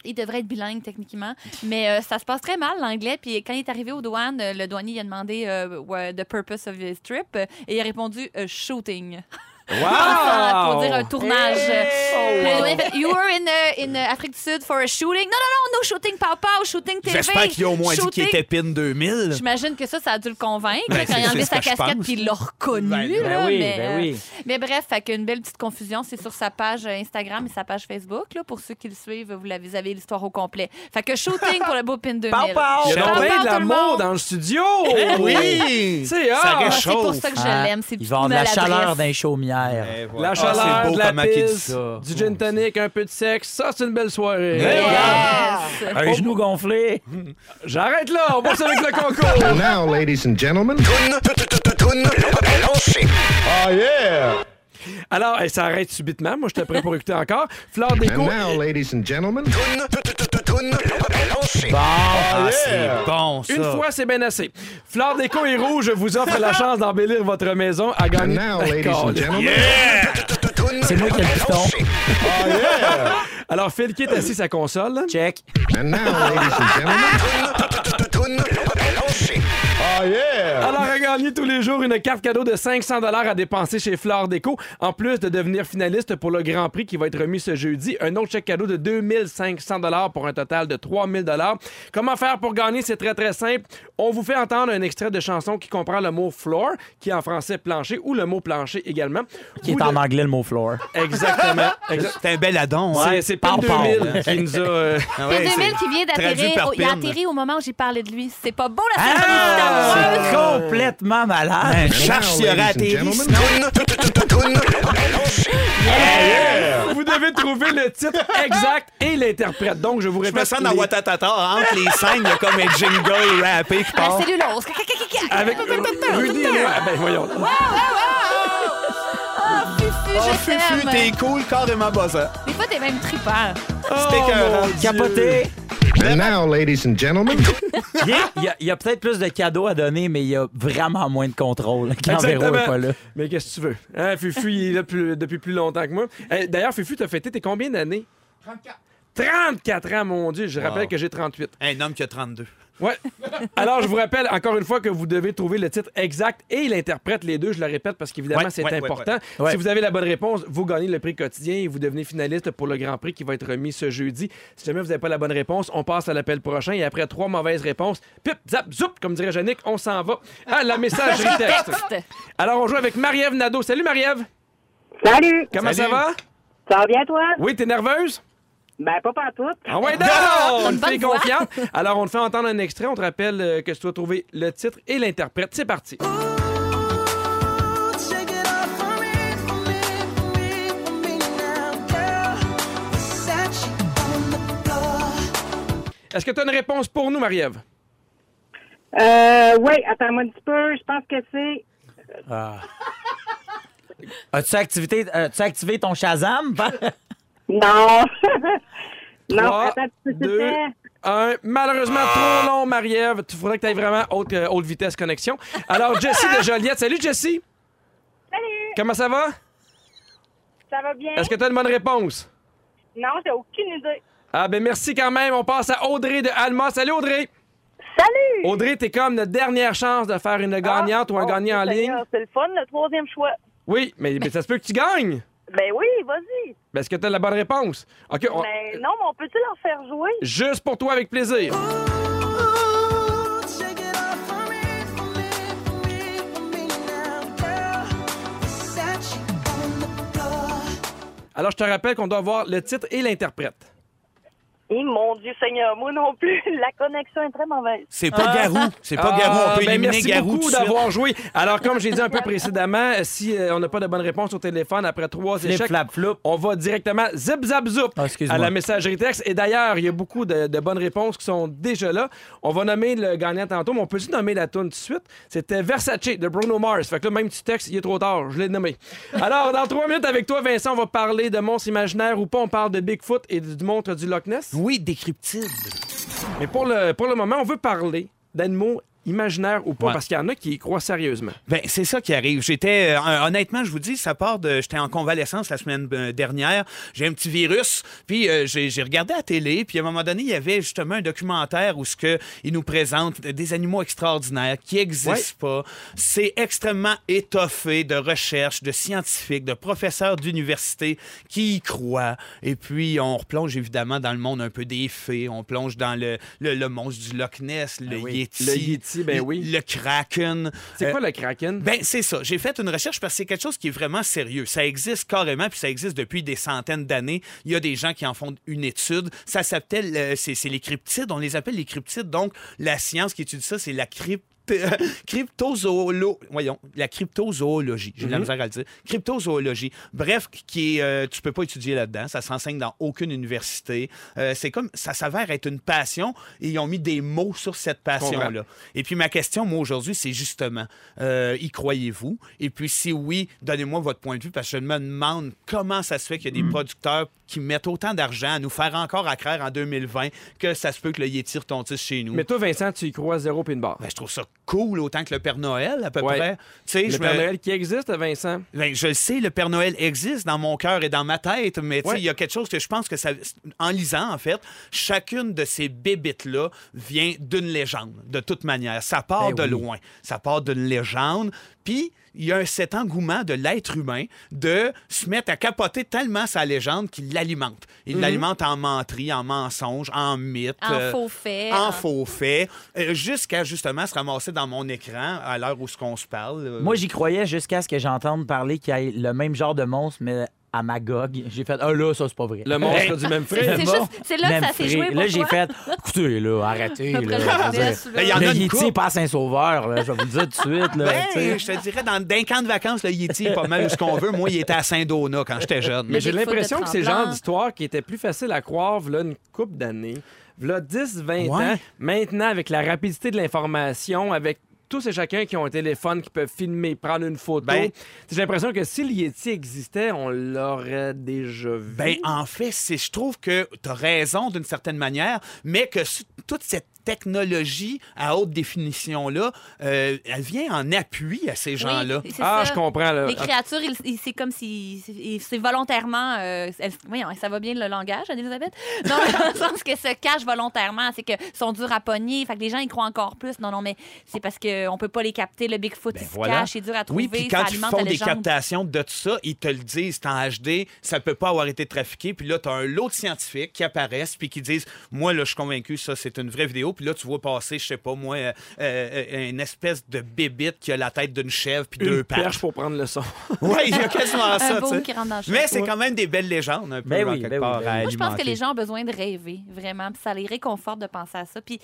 Il devrait être bilingue techniquement, mais euh, ça se passe très mal l'anglais. Puis quand il est arrivé aux douanes, euh, le douanier il a demandé euh, *laughs* ouais, the purpose of his trip euh, et il a répondu euh, shooting.
Wow!
Pour dire un un tournage. Puis le
Oh,
gars, il fait, you were in, uh, in uh, Afrique du Sud for a shooting. Non, non, non, no shooting papa, shooting TV.
J'espère qu'il a au moins dit qu'il
shooting-
était PIN 2000.
J'imagine que ça, ça a dû le convaincre
Ben,
là, quand
c'est-
il a enlevé
c'est ce
sa
que je
casquette
pense.
puis il l'a reconnu.
Ben,
là,
ben oui,
mais,
ben
euh,
oui.
mais bref, fait qu'une belle petite confusion. C'est sur sa page euh, Instagram et sa page Facebook. Là, pour ceux qui le suivent, vous l'avez vous avez l'histoire au complet. Fait que shooting pour le beau pin 2000.
Pow, pow!
Il y a
Shout
donc bien
out
de
tout le
l'amour
monde.
dans le studio!
Eh oui!
C'est
Ça
ah,
Ah,
réchauffe.
c'est pour ça que je
Ah,
l'aime. C'est
Il va avoir de la chaleur d'un chaumière.
Eh, voilà.
La
Ah, c'est
chaleur,
beau
de la
comment qu'il dit
pisse,
ça. Eh
du gin tonic, un peu de sexe, ça c'est une belle soirée.
Yeah.
Ah,
Yes!
Un genou gonflé.
J'arrête là, on passe avec le
*laughs*
concours.
Now, ladies and gentlemen, Ah,
Alors, eh, ça arrête subitement. Moi, j'étais prêt pour écouter encore. Fleur
and
Déco.
now, ladies and gentlemen,
Ah, c'est bon, ça.
Une fois, c'est bien assez. Fleur Déco et Rouge vous offre la chance d'embellir votre maison à
and
gagner.
now, ladies and gentlemen.
C'est moi qui ai le piton.
Alors, Phil qui est assis sa console. là.
Check.
And now, ladies and gentlemen,
Alors, à gagner tous les jours une carte cadeau de 500 à dépenser chez Fleur Déco, en plus de devenir finaliste pour le Grand Prix qui va être remis ce jeudi. Un autre chèque cadeau de 2500 pour un total de 3000 Comment faire pour gagner? C'est très, très simple. On vous fait entendre un extrait de chanson qui comprend le mot floor, qui est en français plancher, ou le mot plancher également.
Qui
Vous
est en
de-
anglais le mot floor.
Exactement. Exact-
C'est un bel addon, hein?
C'est- C'est pas
Pom, pom.
2000 qui nous a... euh,
Ah
Pin
ouais, c'est
2000 qui
traduit
vient d'atterrir.
par
Oh, il a
Pin.
atterri au moment où j'ai parlé de lui. C'est pas beau la
Ah,
ah!
c'est complètement malade.
Cherche s'il y aurait atterri,
Now, ladies and
sinon-
*laughs* Vous devez trouver le titre exact et l'interprète. Donc, je vous
Je me
répète...
sens dans
les-
Watatata, entre les scènes, il y a comme un jingle rappé qui
La
part.
cellulose.
Avec Rudy et moi. Ben voyons.
Ah, Fufu,
Ah,
Oh,
je
Fufu, t'es
t'aime.
cool, carrément buzzer.
Des fois, t'es même tripeur.
Oh,
C'était écœurant.
*laughs* Capoté.
And now, ladies and gentlemen,
Il y a- il y a, il y a peut-être plus de cadeaux à donner, mais il y a vraiment moins de contrôle *laughs* quand Véro
Exactement.
n'est pas là.
Mais qu'est-ce que tu veux? Hein, Fufu, il est là plus- depuis plus longtemps que moi. Eh, D'ailleurs, Fufu, t'as fêté t'es combien d'années? 34. 34 ans, mon Dieu. Je rappelle que j'ai 38.
Un homme qui a 32.
Ouais. *laughs* Alors, je vous rappelle encore une fois que vous devez trouver le titre exact et l'interprète, les deux. Je le répète parce qu'évidemment,
Ouais,
c'est
ouais, ouais,
important.
Ouais.
Si vous avez la bonne réponse, vous gagnez le prix quotidien et vous devenez finaliste pour le Grand Prix qui va être remis ce jeudi. Si jamais vous n'avez pas la bonne réponse, on passe à l'appel prochain et après trois mauvaises réponses, pip, zap, zoup, comme dirait Yannick, on s'en va à
*laughs*
la messagerie texte. Alors, on joue avec Marie-Ève Nadeau. Salut Marie-Ève.
Salut!
Comment ça
Salut.
va?
Ça va bien, toi?
Oui, t'es nerveuse?
Ben, pas partout.
Ah ouais, non! On
Une
te fait
bonne voix.
confiance. Alors, on te fait entendre un extrait. On te rappelle euh, que tu dois trouver le titre et l'interprète. C'est parti. Est-ce que tu as une réponse pour nous, Marie-Ève?
Euh, oui, attends-moi un petit peu. Je pense que c'est.
As-tu activé, as activé ton Shazam?
Non! *laughs* non,
Trois,
attends, tu
deux. Un, malheureusement,
Ah.
trop long, Marie-Ève. Tu faudrait que tu ailles vraiment haute, euh, haute vitesse connexion. Alors, Jessie
*laughs*
de Joliette. Salut, Jessie.
Salut!
Comment ça va?
Ça va bien?
Est-ce que tu as une bonne réponse?
Non, j'ai aucune idée.
Ah, ben merci quand même. On passe à Audrey de Alma. Salut, Audrey.
Salut!
Audrey, t'es comme notre dernière chance de faire une gagnante ou un
Oh,
gagnant en ligne.
Seigneur, C'est le fun, le troisième choix.
Oui, mais, mais ça se peut que tu gagnes.
Ben oui, vas-y.
Ben, Est-ce que tu as la bonne réponse? OK, on-
Mais non, mais on peut-tu leur faire jouer?
juste pour toi avec plaisir. Alors, je te rappelle qu'on doit voir le titre et l'interprète.
Et Eh, mon Dieu Seigneur, moi non plus, *laughs* la connexion est très mauvaise.
C'est pas Garou. C'est pas
Ah,
Garou. On peut
ben,
éliminer
merci
Garou tout
beaucoup
de suite.
d'avoir joué. Alors, comme j'ai dit un peu précédemment, si euh, on n'a pas de bonne réponse au téléphone après trois
Flip,
échecs,
flap, flop.
on va directement zip, zap, zoup
Ah, excuse-moi.
à la messagerie texte. Et d'ailleurs, il y a beaucoup de, de bonnes réponses qui sont déjà là. On va nommer le gagnant tantôt, mais on peut-tu nommer la tune tout de suite? C'était Versace de Bruno Mars. Fait que là, même petit texte, il est trop tard. Je l'ai nommé. Alors, dans trois minutes avec toi, Vincent, on va parler de monstres imaginaires ou pas. On parle de Bigfoot et du monstre du Loch Ness.
Oui, décryptide.
Mais pour le, pour le moment, on veut parler d'animaux imaginaire ou pas,
Ouais.
parce qu'il y en a qui y croient sérieusement.
Ben, c'est ça qui arrive. J'étais, euh, honnêtement, je vous dis, ça part de. J'étais en convalescence la semaine euh, dernière. J'ai un petit virus. Puis euh, j'ai, j'ai regardé la télé. Puis à un moment donné, il y avait justement un documentaire où ce que ils nous présentent des animaux extraordinaires qui n'existent pas. C'est extrêmement étoffé de recherches, de scientifiques, de professeurs d'université qui y croient. Et puis, on replonge évidemment dans le monde un peu des fées. On plonge dans le, le, le monstre du Loch Ness, le
Ben oui.
Yeti.
Le Yeti, ben oui.
Le Kraken.
C'est
Euh,
quoi le Kraken?
ben, c'est ça. J'ai fait une recherche parce que c'est quelque chose qui est vraiment sérieux. Ça existe carrément, puis ça existe depuis des centaines d'années. Il y a des gens qui en font une étude. Ça s'appelle, euh, c'est c'est les cryptides. On les appelle les cryptides. Donc, la science qui étudie ça, c'est la crypt. *laughs* cryptozoolo- voyons, la cryptozoologie, j'ai de la misère à le dire, cryptozoologie, bref, qui est, euh, tu peux pas étudier là-dedans, ça s'enseigne dans aucune université, Euh, c'est comme, ça s'avère être une passion, et ils ont mis des mots sur cette passion-là. Voilà. Et puis ma question, moi, aujourd'hui, c'est justement, euh, y croyez-vous? Et puis si oui, donnez-moi votre point de vue, parce que je me demande comment ça se fait qu'il y a
Hmm.
des producteurs qui mettent autant d'argent à nous faire encore accraire en 2020 que ça se peut que le Yeti retentisse chez nous.
Mais toi, Vincent, tu y crois zéro puis une barre.
Ben, je trouve ça cool autant que le Père Noël, à peu
Ouais.
près. Tu sais,
le
je,
Père
me-
Noël qui existe, Vincent.
ben, je le sais, le Père Noël existe dans mon cœur et dans ma tête, mais tu sais,
Ouais.
il y a quelque chose que je pense que ça. En lisant, en fait, chacune de ces bébites-là vient d'une légende, de toute manière. Ça part
Ben
de
oui.
loin. Ça part d'une légende. Puis, il y a un- cet engouement de l'être humain de se mettre à capoter tellement sa légende qu'il l'alimente. Il
Mhm.
l'alimente en menterie, en mensonge, en mythe.
En
euh,
faux faits,
En
en-
faux faits. euh, Jusqu'à justement se ramasser dans mon écran à l'heure où ce qu'on se parle. euh,
Moi, j'y croyais jusqu'à ce que j'entende parler qu'il y ait le même genre de monstre, mais à Magog. J'ai fait, ah là, ça, c'est pas vrai.
Le monstre du même *laughs*
*laughs*
frère.
C'est juste- c'est là que ça s'est joué pour
Là, j'ai
toi.
fait, écoutez, là, arrêtez.
Après
là,
le
je veux
test,
dire,
là.
Il y en a
le
une
Yeti
couple.
passe Saint-Sauveur, là, je vais vous le dire tout de suite. Là, Euh, tu sais.
Ben, je te dirais, dans d'un camp de vacances, le Yeti est pas mal où ce qu'on veut. Moi, il était à Saint-Dona quand j'étais jeune.
Mais j'ai
Des fautes de
l'impression que c'est le
tremblant.
genre d'histoire qui était plus facile à croire v'là une couple d'années. V'là 10, 20
Ouais.
ans. Maintenant, avec la rapidité de l'information, avec tous et chacun qui ont un téléphone, qui peuvent filmer, prendre une photo,
Ben-
j'ai l'impression que si le Yeti existait, on l'aurait déjà vu.
Ben, en fait, c'est, je trouve que tu as raison d'une certaine manière, mais que su- toute cette technologie à haute définition-là, euh, elle vient en appui à ces gens-là.
Oui, c'est
ah,
ça.
je comprends. Là.
Les créatures, ils- ils- c'est comme si ils- c'est volontairement. euh, elles- voyons, ça va bien le langage, Anne-Elisabeth? Non, *laughs* dans le sens que se cachent volontairement, c'est que sont durs à pogner, fait que les gens y croient encore plus. Non, non, mais c'est parce qu'on peut pas les capter. Le Bigfoot, il se
Ben Voilà.
cache, il est dur à trouver.
Oui, puis quand
ça
ils
alimente
font
la
des
légende.
captations de tout ça, ils te le disent, c'est en HD, ça peut pas avoir été trafiqué. Puis là, tu as un lot de scientifiques qui apparaissent puis qui disent Moi, là, je suis convaincu, ça, c'est une vraie vidéo. Puis là, tu vois passer, je sais pas, moi, euh, euh, une espèce de bébite qui a la tête d'une chèvre puis
Une
deux
perche
*laughs* pattes.
pour prendre le son. *laughs*
Oui, il y a
*laughs*
quasiment ça,
baume
tu sais.
qui rentre dans la cheville.
Mais c'est quand même des belles légendes, un peu,
Ben
là,
oui,
quelque
ben oui,
part,
ben oui.
à
Moi, je pense que
alimenter.
les gens ont besoin de rêver, vraiment. Puis ça les réconforte de penser à ça. Puis,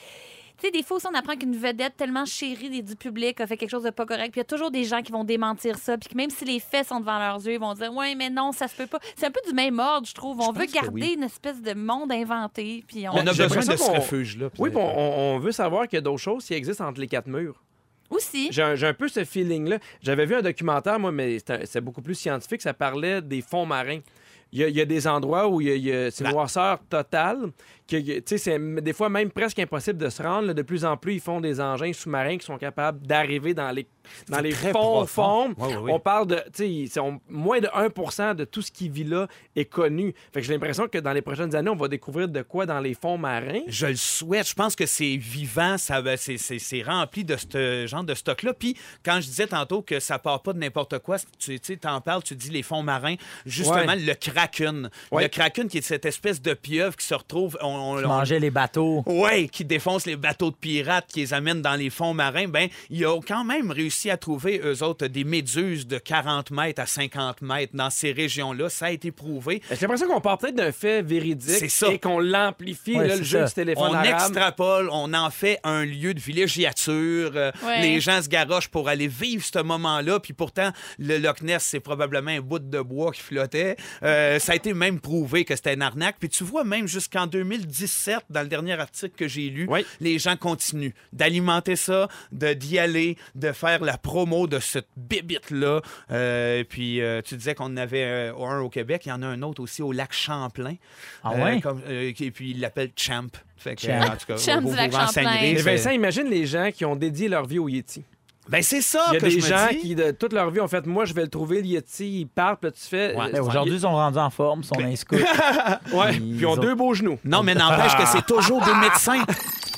tu sais, des fois aussi, on apprend qu'une vedette tellement chérie des- du public a fait quelque chose de pas correct. Puis il y a toujours des gens qui vont démentir ça. Puis que même si les faits sont devant leurs yeux, ils vont dire Ouais, mais non, ça se peut pas. C'est un peu du même ordre, je trouve. On veut
pense que
garder
oui.
une espèce de monde inventé. Puis on.
On a
J'ai
besoin de ce
l'impression qu'on-
refuge-là.
Oui, puis on, on- on veut savoir qu'il y a d'autres choses qui existent entre les quatre murs.
Aussi.
J'ai un, j'ai un peu ce feeling-là. J'avais vu un documentaire, moi, mais c'était- c'est beaucoup plus scientifique. Ça parlait des fonds marins. Il y, a, il y a des endroits où il y a, il y a- c'est une
La-
noirceur totale. Que, il y a- tu sais, c'est m- des fois même presque impossible de se rendre. là. De plus en plus, ils font des engins sous-marins qui sont capables d'arriver dans les, dans
C'est
les
très
fonds, fonds.
profond. Ouais, ouais, ouais.
On parle de. tu sais, ils sont- moins de 1 de tout ce qui vit là est connu. Fait que j'ai l'impression que dans les prochaines années, on va découvrir de quoi dans les fonds marins.
Je le souhaite. Je pense que c'est vivant, ça, va- c'est, c'est- c'est rempli de ce genre de stock-là. Puis quand je disais tantôt que ça part pas de n'importe quoi, tu tu sais, t'en parles, tu dis les fonds marins, justement
Ouais.
le kraken.
Ouais.
Le kraken qui est cette espèce de pieuvre qui se retrouve... On, on-
Je
on-
mangeais les bateaux.
Ouais, qui défonce les bateaux de pirates, qui les amène dans les fonds marins, ben, ils ont quand même réussi à trouver, eux autres, des méduses de 40 mètres à 50 mètres dans ces régions-là. Ça a été prouvé.
Ben, J'ai l'impression qu'on part peut-être d'un fait
C'est
véridique
ça.
et qu'on l'amplifie,
Ouais,
là,
c'est
le jeu
ça.
du téléphone
On
arabe.
extrapole, on en fait un lieu de villégiature. euh,
Ouais.
Les gens se garochent pour aller vivre ce moment-là. Puis pourtant, le Loch Ness, c'est probablement un bout de bois qui flottait. Euh, euh, ça a été même prouvé que c'était une arnaque. Puis tu vois, même jusqu'en 2017, dans le dernier article que j'ai lu,
Oui.
les gens continuent d'alimenter ça, de d'y aller, de faire la promo de cette bibite-là. Euh, puis euh, tu disais qu'on en avait euh, un au Québec, il y en a un autre aussi au lac Champlain.
Ah ouais?
comme- euh, et puis il l'appelle Champ. Fait que,
Champ.
en tout cas,
Champ
vous
du
vous
lac
renseignerez,
Champlain.
Mais
c'est-
Vincent, imagine les gens qui ont dédié leur vie au Yeti.
euh, Ben c'est ça
Il y a
que je
des
me
gens
dis.
qui, de toute leur vie, ont fait Moi, je vais le trouver, le Yeti, ils partent, puis là, tu fais.
Ouais.
euh,
Mais Ben, Aujourd'hui, ils sont rendus en forme,
ben,
ils sont dans les
*laughs*
scouts.
ouais.
ils
Puis ils ont
ont-
deux beaux genoux.
Non, mais n'empêche que c'est toujours des médecins.
*laughs*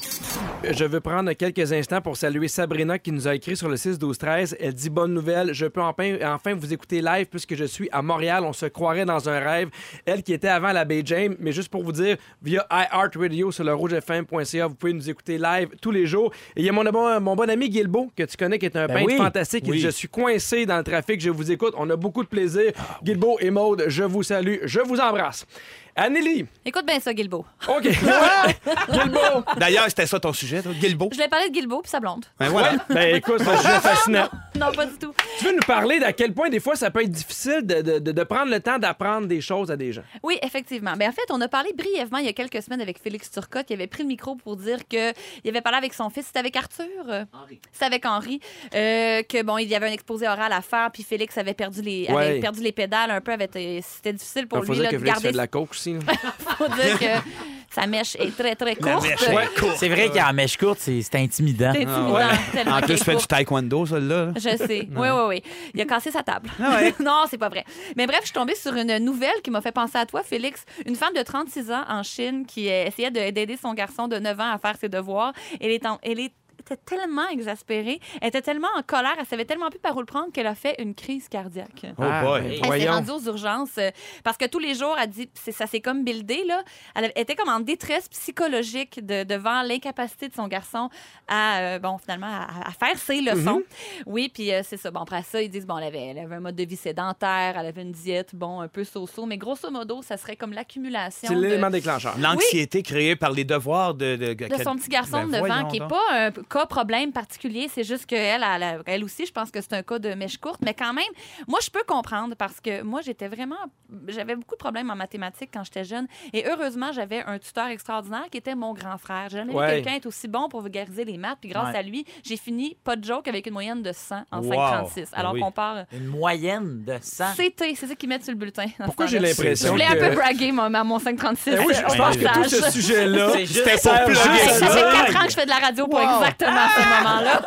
Je veux prendre quelques instants pour saluer Sabrina qui nous a écrit sur le 6-12-13. Elle dit Bonne nouvelle, je peux enfin, enfin vous écouter live puisque je suis à Montréal. On se croirait dans un rêve. Elle qui était avant la Bay James, mais juste pour vous dire, via iHeartRadio sur le rougefm.ca, vous pouvez nous écouter live tous les jours. Et il y a mon, bon- mon bon ami Guilbeault que tu connais qui est un
Ben
peintre
oui.
fantastique. Il dit,
Oui.
Je suis coincé dans le trafic, je vous écoute. On a beaucoup de plaisir. Guilbeault et Maude, je vous salue, je vous embrasse. Anneli,
Écoute bien ça, Guilbeault.
*laughs* OK. Guilbeault.
D'ailleurs, c'était ça ton sujet, toi, Guilbeault.
Je voulais parler de Guilbeault puis sa blonde.
Ben voilà.
Ben écoute, c'est un *laughs* sujet fascinant.
Non, pas du tout.
Tu veux nous parler d'à quel point des fois ça peut être difficile de, de- de- de prendre le temps d'apprendre des choses à des gens.
Oui, effectivement. Mais en fait, on a parlé brièvement il y a quelques semaines avec Félix Turcotte, qui avait pris le micro pour dire que il avait parlé avec son fils. C'était avec Arthur. euh, C'est avec Henri. euh, que bon, il y avait un exposé oral à faire, puis Félix avait perdu les, avait
Ouais.
perdu les pédales un peu. avait été- C'était difficile pour
Il faut
lui
dire
là,
que
de
Félix fait
garder. Oh
de la coke aussi.
*laughs*
là. *laughs*
Faut dire que sa mèche est très très courte.
mèche est
C'est
C'est vrai qu'à la mèche courte, c'est c'est intimidant.
intimidant, tellement
En
qu'elle
plus,
est
tu fais
courte.
du taekwondo, celle-là.
Je sais. Oui, oui, oui. Il a cassé sa table. *laughs* non, c'est pas vrai. Mais bref, je suis tombée sur une nouvelle qui m'a fait penser à toi, Félix. Une femme de 36 ans en Chine qui euh, essayait de- d'aider son garçon de 9 ans à faire ses devoirs. Elle est en- Elle est- était tellement exaspérée, elle était tellement en colère, elle savait tellement plus par où le prendre qu'elle a fait une crise cardiaque.
Oh
Ah,
boy.
ben,
Elle s'est
voyons.
rendue aux urgences euh, parce que tous les jours, elle dit, c'est- ça s'est comme buildé, là. Elle avait- était comme en détresse psychologique de- devant l'incapacité de son garçon à, euh, bon, finalement, à, à faire ses leçons.
Mm-hmm.
Oui, puis euh, c'est ça. Bon, après ça, ils disent, bon, elle avait, elle avait un mode de vie sédentaire, elle avait une diète, bon, un peu so-so, mais grosso modo, ça serait comme l'accumulation.
C'est l'élément
de-
déclencheur.
L'anxiété créée par les devoirs de... De,
de son petit garçon
Ben,
de 9 ans,
voyons
qui n'est
donc.
pas un cas problème particulier. C'est juste qu'elle, elle, elle- elle aussi, je pense que c'est un cas de mèche courte. Mais quand même, moi, je peux comprendre parce que moi, j'étais vraiment. J'avais beaucoup de problèmes en mathématiques quand j'étais jeune. Et heureusement, j'avais un tuteur extraordinaire qui était mon grand frère. J'ai jamais vu
Ouais.
quelqu'un être aussi bon pour vulgariser les maths. Puis grâce
Ouais.
à lui, j'ai fini, pas de joke, avec une moyenne de 100 en
Wow.
536.
Ben
Alors
Ah oui.
qu'on part.
Une moyenne de 100.
CT, c'est ça qu'ils mettent sur le bulletin. dans
Pourquoi
ce
j'ai
temps-là. Je
l'impression
voulais un peu
que...
braguer mon, mon 536.
Ben oui, je, je pense
au
que tout
passage.
ce sujet-là,
C'est juste-
c'était pour
Hey,
plugger
Hey,
ça.
ça fait 4 ans que je fais de la radio pour exactement ce moment-là.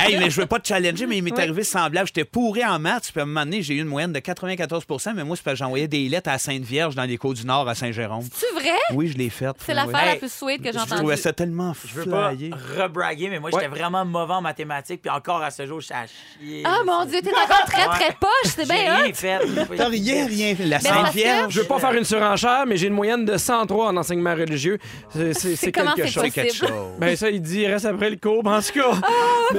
hey, mais je veux pas te challenger, mais il m'est arrivé semblable. J'étais pourré en maths. Puis à un moment donné, j'ai eu une moyenne de 94 mais moi, c'est parce que j'envoyais des lettres à Sainte-Vierge dans les Côtes-du-Nord à Saint-Jérôme.
C'est vrai?
Oui, je l'ai faite.
C'est
oui.
l'affaire la
Hey,
plus sweet que j'ai
Je
entendue.
trouvais ça tellement
Je veux pas
flyé.
rebraguer, mais moi, j'étais vraiment mauvais en mathématiques, puis encore à ce jour, je suis à chier.
Ah mon Dieu, t'es encore très très poche, c'est
J'ai
bien hot.
rien fait. J'ai pas-
T'as rien, rien. La
parce
Sainte-Vierge.
Je veux pas faire une surenchère, mais j'ai une moyenne de 103 en enseignement religieux. C'est- C'est c'est
comment
quelque
c'est
chose.
C'est quelque
possible.
chose.
Ben ça, il dit, reste après le cours. En tout cas,
Ah,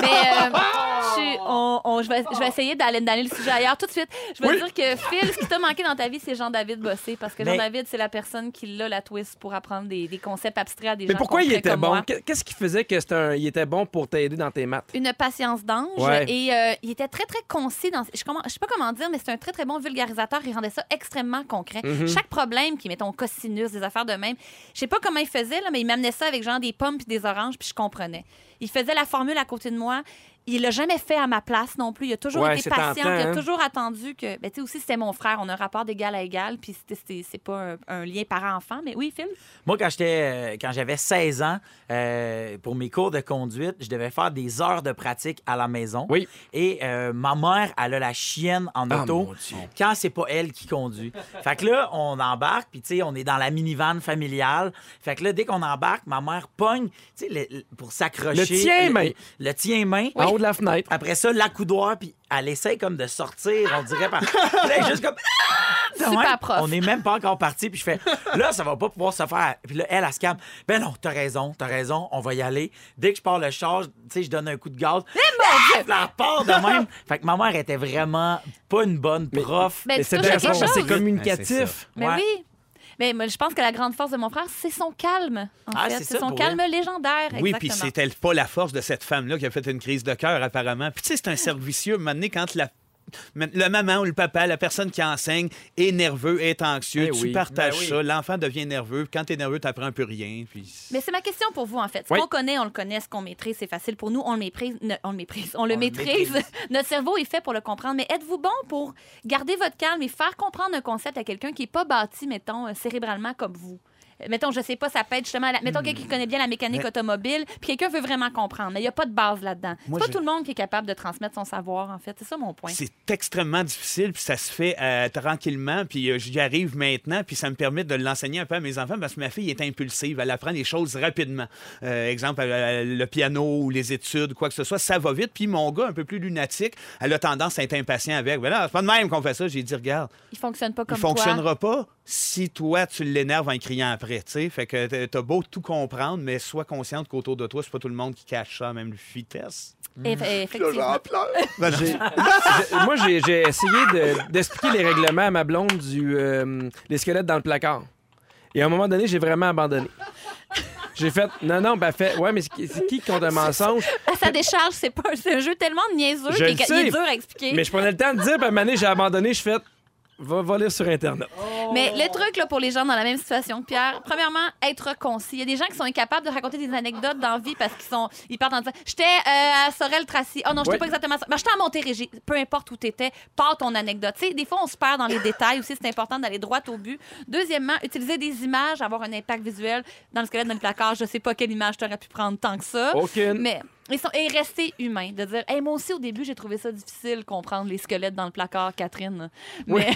Mais euh, je, suis- on- on- je vais, je vais essayer d'aller d'aller le sujet ailleurs tout de suite. Je veux dire que Phil, ce qui t'a manqué dans ta vie, c'est Jean-David Bossé. Parce que
Mais-
Jean-David, c'est la personne qui l'a la twist pour apprendre des, des concepts abstraits à des
mais
gens
pourquoi il
concrets
était
comme
bon?
moi.
Qu'est- Qu'est-ce qui faisait que c'était un- il était bon pour t'aider dans tes maths?
une patience d'ange
Ouais.
et euh, il était très très concis dans je, comment- je sais pas comment dire mais c'est un très très bon vulgarisateur il rendait ça extrêmement concret
Mm-hmm.
chaque problème qui mettons cosinus des affaires de même je sais pas comment il faisait là mais il m'amenait ça avec genre des pommes puis des oranges puis je comprenais il faisait la formule à côté de moi il l'a jamais fait à ma place non plus il a toujours
Ouais,
été
c'est
patient
tentant,
il a
hein.
toujours attendu que ben tu sais aussi c'était mon frère on a un rapport d'égal à égal puis c'était- c'était- c'est pas un, un lien parent enfant mais oui Phil
Moi, quand j'étais, euh, quand j'avais 16 ans, euh, pour mes cours de conduite, je devais faire des heures de pratique à la maison.
Oui.
Et euh, ma mère, elle a la chienne en
Ah,
auto
mon Dieu.
quand c'est pas elle qui conduit. Fait que là, on embarque, puis tu sais, on est dans la minivan familiale. Fait que là, dès qu'on embarque, ma mère pogne, tu sais, le- le- pour s'accrocher.
Le tien Ah main.
Le, le tien main.
En haut de la fenêtre.
Après ça, l'accoudoir, puis elle essaie comme de sortir, on dirait.
*laughs*
Par... Là, elle est juste comme... Ah! De
Super
même.
prof.
On n'est même pas encore parti, puis je fais... Là, ça va pas pouvoir se faire. Puis là, elle, elle se calme. Ben non, t'as raison, t'as raison, on va y aller. Dès que je pars le charge, tu sais, je donne un coup de gaz.
Eh,
Ah! Puis elle repart de même. Fait que ma mère était vraiment pas une bonne prof.
Mais
Ben, tu
c'est
touches à
bien
quelque
bon,
chose.
c'est
Ouais, c'est
communicatif.
ça.
Mais
Ouais.
oui. Mais moi, je pense que la grande force de mon frère, c'est son calme. En
Ah,
fait.
c'est
C'est
ça,
son
pour
calme légendaire.
Oui,
exactement.
puis c'était pas la force de cette femme-là qui a fait une crise de cœur, apparemment. Puis tu sais, c'est un servicieux. Maintenant, quand la mais le maman ou le papa, la personne qui enseigne, est nerveux, est anxieux.
Eh
tu
oui.
partages
Ben oui.
ça. L'enfant devient nerveux. Quand tu es nerveux, tu n'apprends plus rien. Puis...
Mais c'est ma question pour vous, en fait. Ce
Oui.
qu'on connaît, on le connaît. Ce qu'on maîtrise, c'est facile pour nous. On le méprise. ne- on le méprise. On le
On le
maîtrise. *laughs* Notre cerveau est fait pour le comprendre. Mais êtes-vous bon pour garder votre calme et faire comprendre un concept à quelqu'un qui n'est pas bâti, mettons, euh, cérébralement comme vous? Euh, Mettons, je sais pas, ça peut être justement. la- Mettons, quelqu'un qui connaît bien la mécanique
Mais-
automobile, puis quelqu'un veut vraiment comprendre. Mais il n'y a pas de base là-dedans. C'est
Moi,
pas
je-
tout le monde qui est capable de transmettre son savoir, en fait. C'est ça mon point.
C'est extrêmement difficile, puis ça se fait euh, tranquillement, puis euh, j'y arrive maintenant, puis ça me permet de l'enseigner un peu à mes enfants parce que ma fille est impulsive, elle apprend les choses rapidement. Euh, exemple, euh, le piano ou les études, quoi que ce soit, ça va vite. Puis mon gars, un peu plus lunatique, elle a tendance à être impatient avec. Ben là, c'est pas de même qu'on fait ça. J'ai dit, regarde,
Il fonctionne pas comme
il
toi.
fonctionnera pas si toi, tu l'énerves en criant après. tu sais. Fait que t'as- t'as beau tout comprendre, mais sois consciente qu'autour de toi, c'est pas tout le monde qui cache ça, à même vitesse.
Eff- effectivement.
J'ai- j'ai- moi, j'ai j'ai essayé de- d'expliquer les règlements à ma blonde du euh, les squelettes dans le placard. Et à un moment donné, j'ai vraiment abandonné. J'ai fait non, non, ben fait, ouais, mais c'est qui- c'est qui qui ont un mensonge?
À sa décharge, c'est pas c'est un jeu tellement niaiseux
Je
qu'il est-
le
qu'il est
sais,
dur à expliquer.
Mais je prenais le temps de dire, puis à un moment donné, j'ai abandonné, je fais va, va lire sur Internet.
Mais le truc là, pour les gens dans la même situation que Pierre, premièrement, être concis. Il y a des gens qui sont incapables de raconter des anecdotes dans la vie parce qu'ils sont ils partent en disant J'étais euh, à Sorel-Tracy. Oh non, j'étais
Ouais.
pas exactement à Sorel. Ben, J'étais à Montérégie. Peu importe où t'étais, pars ton anecdote. Tu sais, des fois, on se perd dans les détails aussi. C'est important d'aller droit au but. Deuxièmement, utiliser des images, avoir un impact visuel. Dans le squelette, dans le placard, je sais pas quelle image t'aurais pu prendre tant que ça.
Aucune.
Mais ils sont, et rester humain, de dire, Hey, moi aussi au début, j'ai trouvé ça difficile, comprendre les squelettes dans le placard, Catherine. Mais...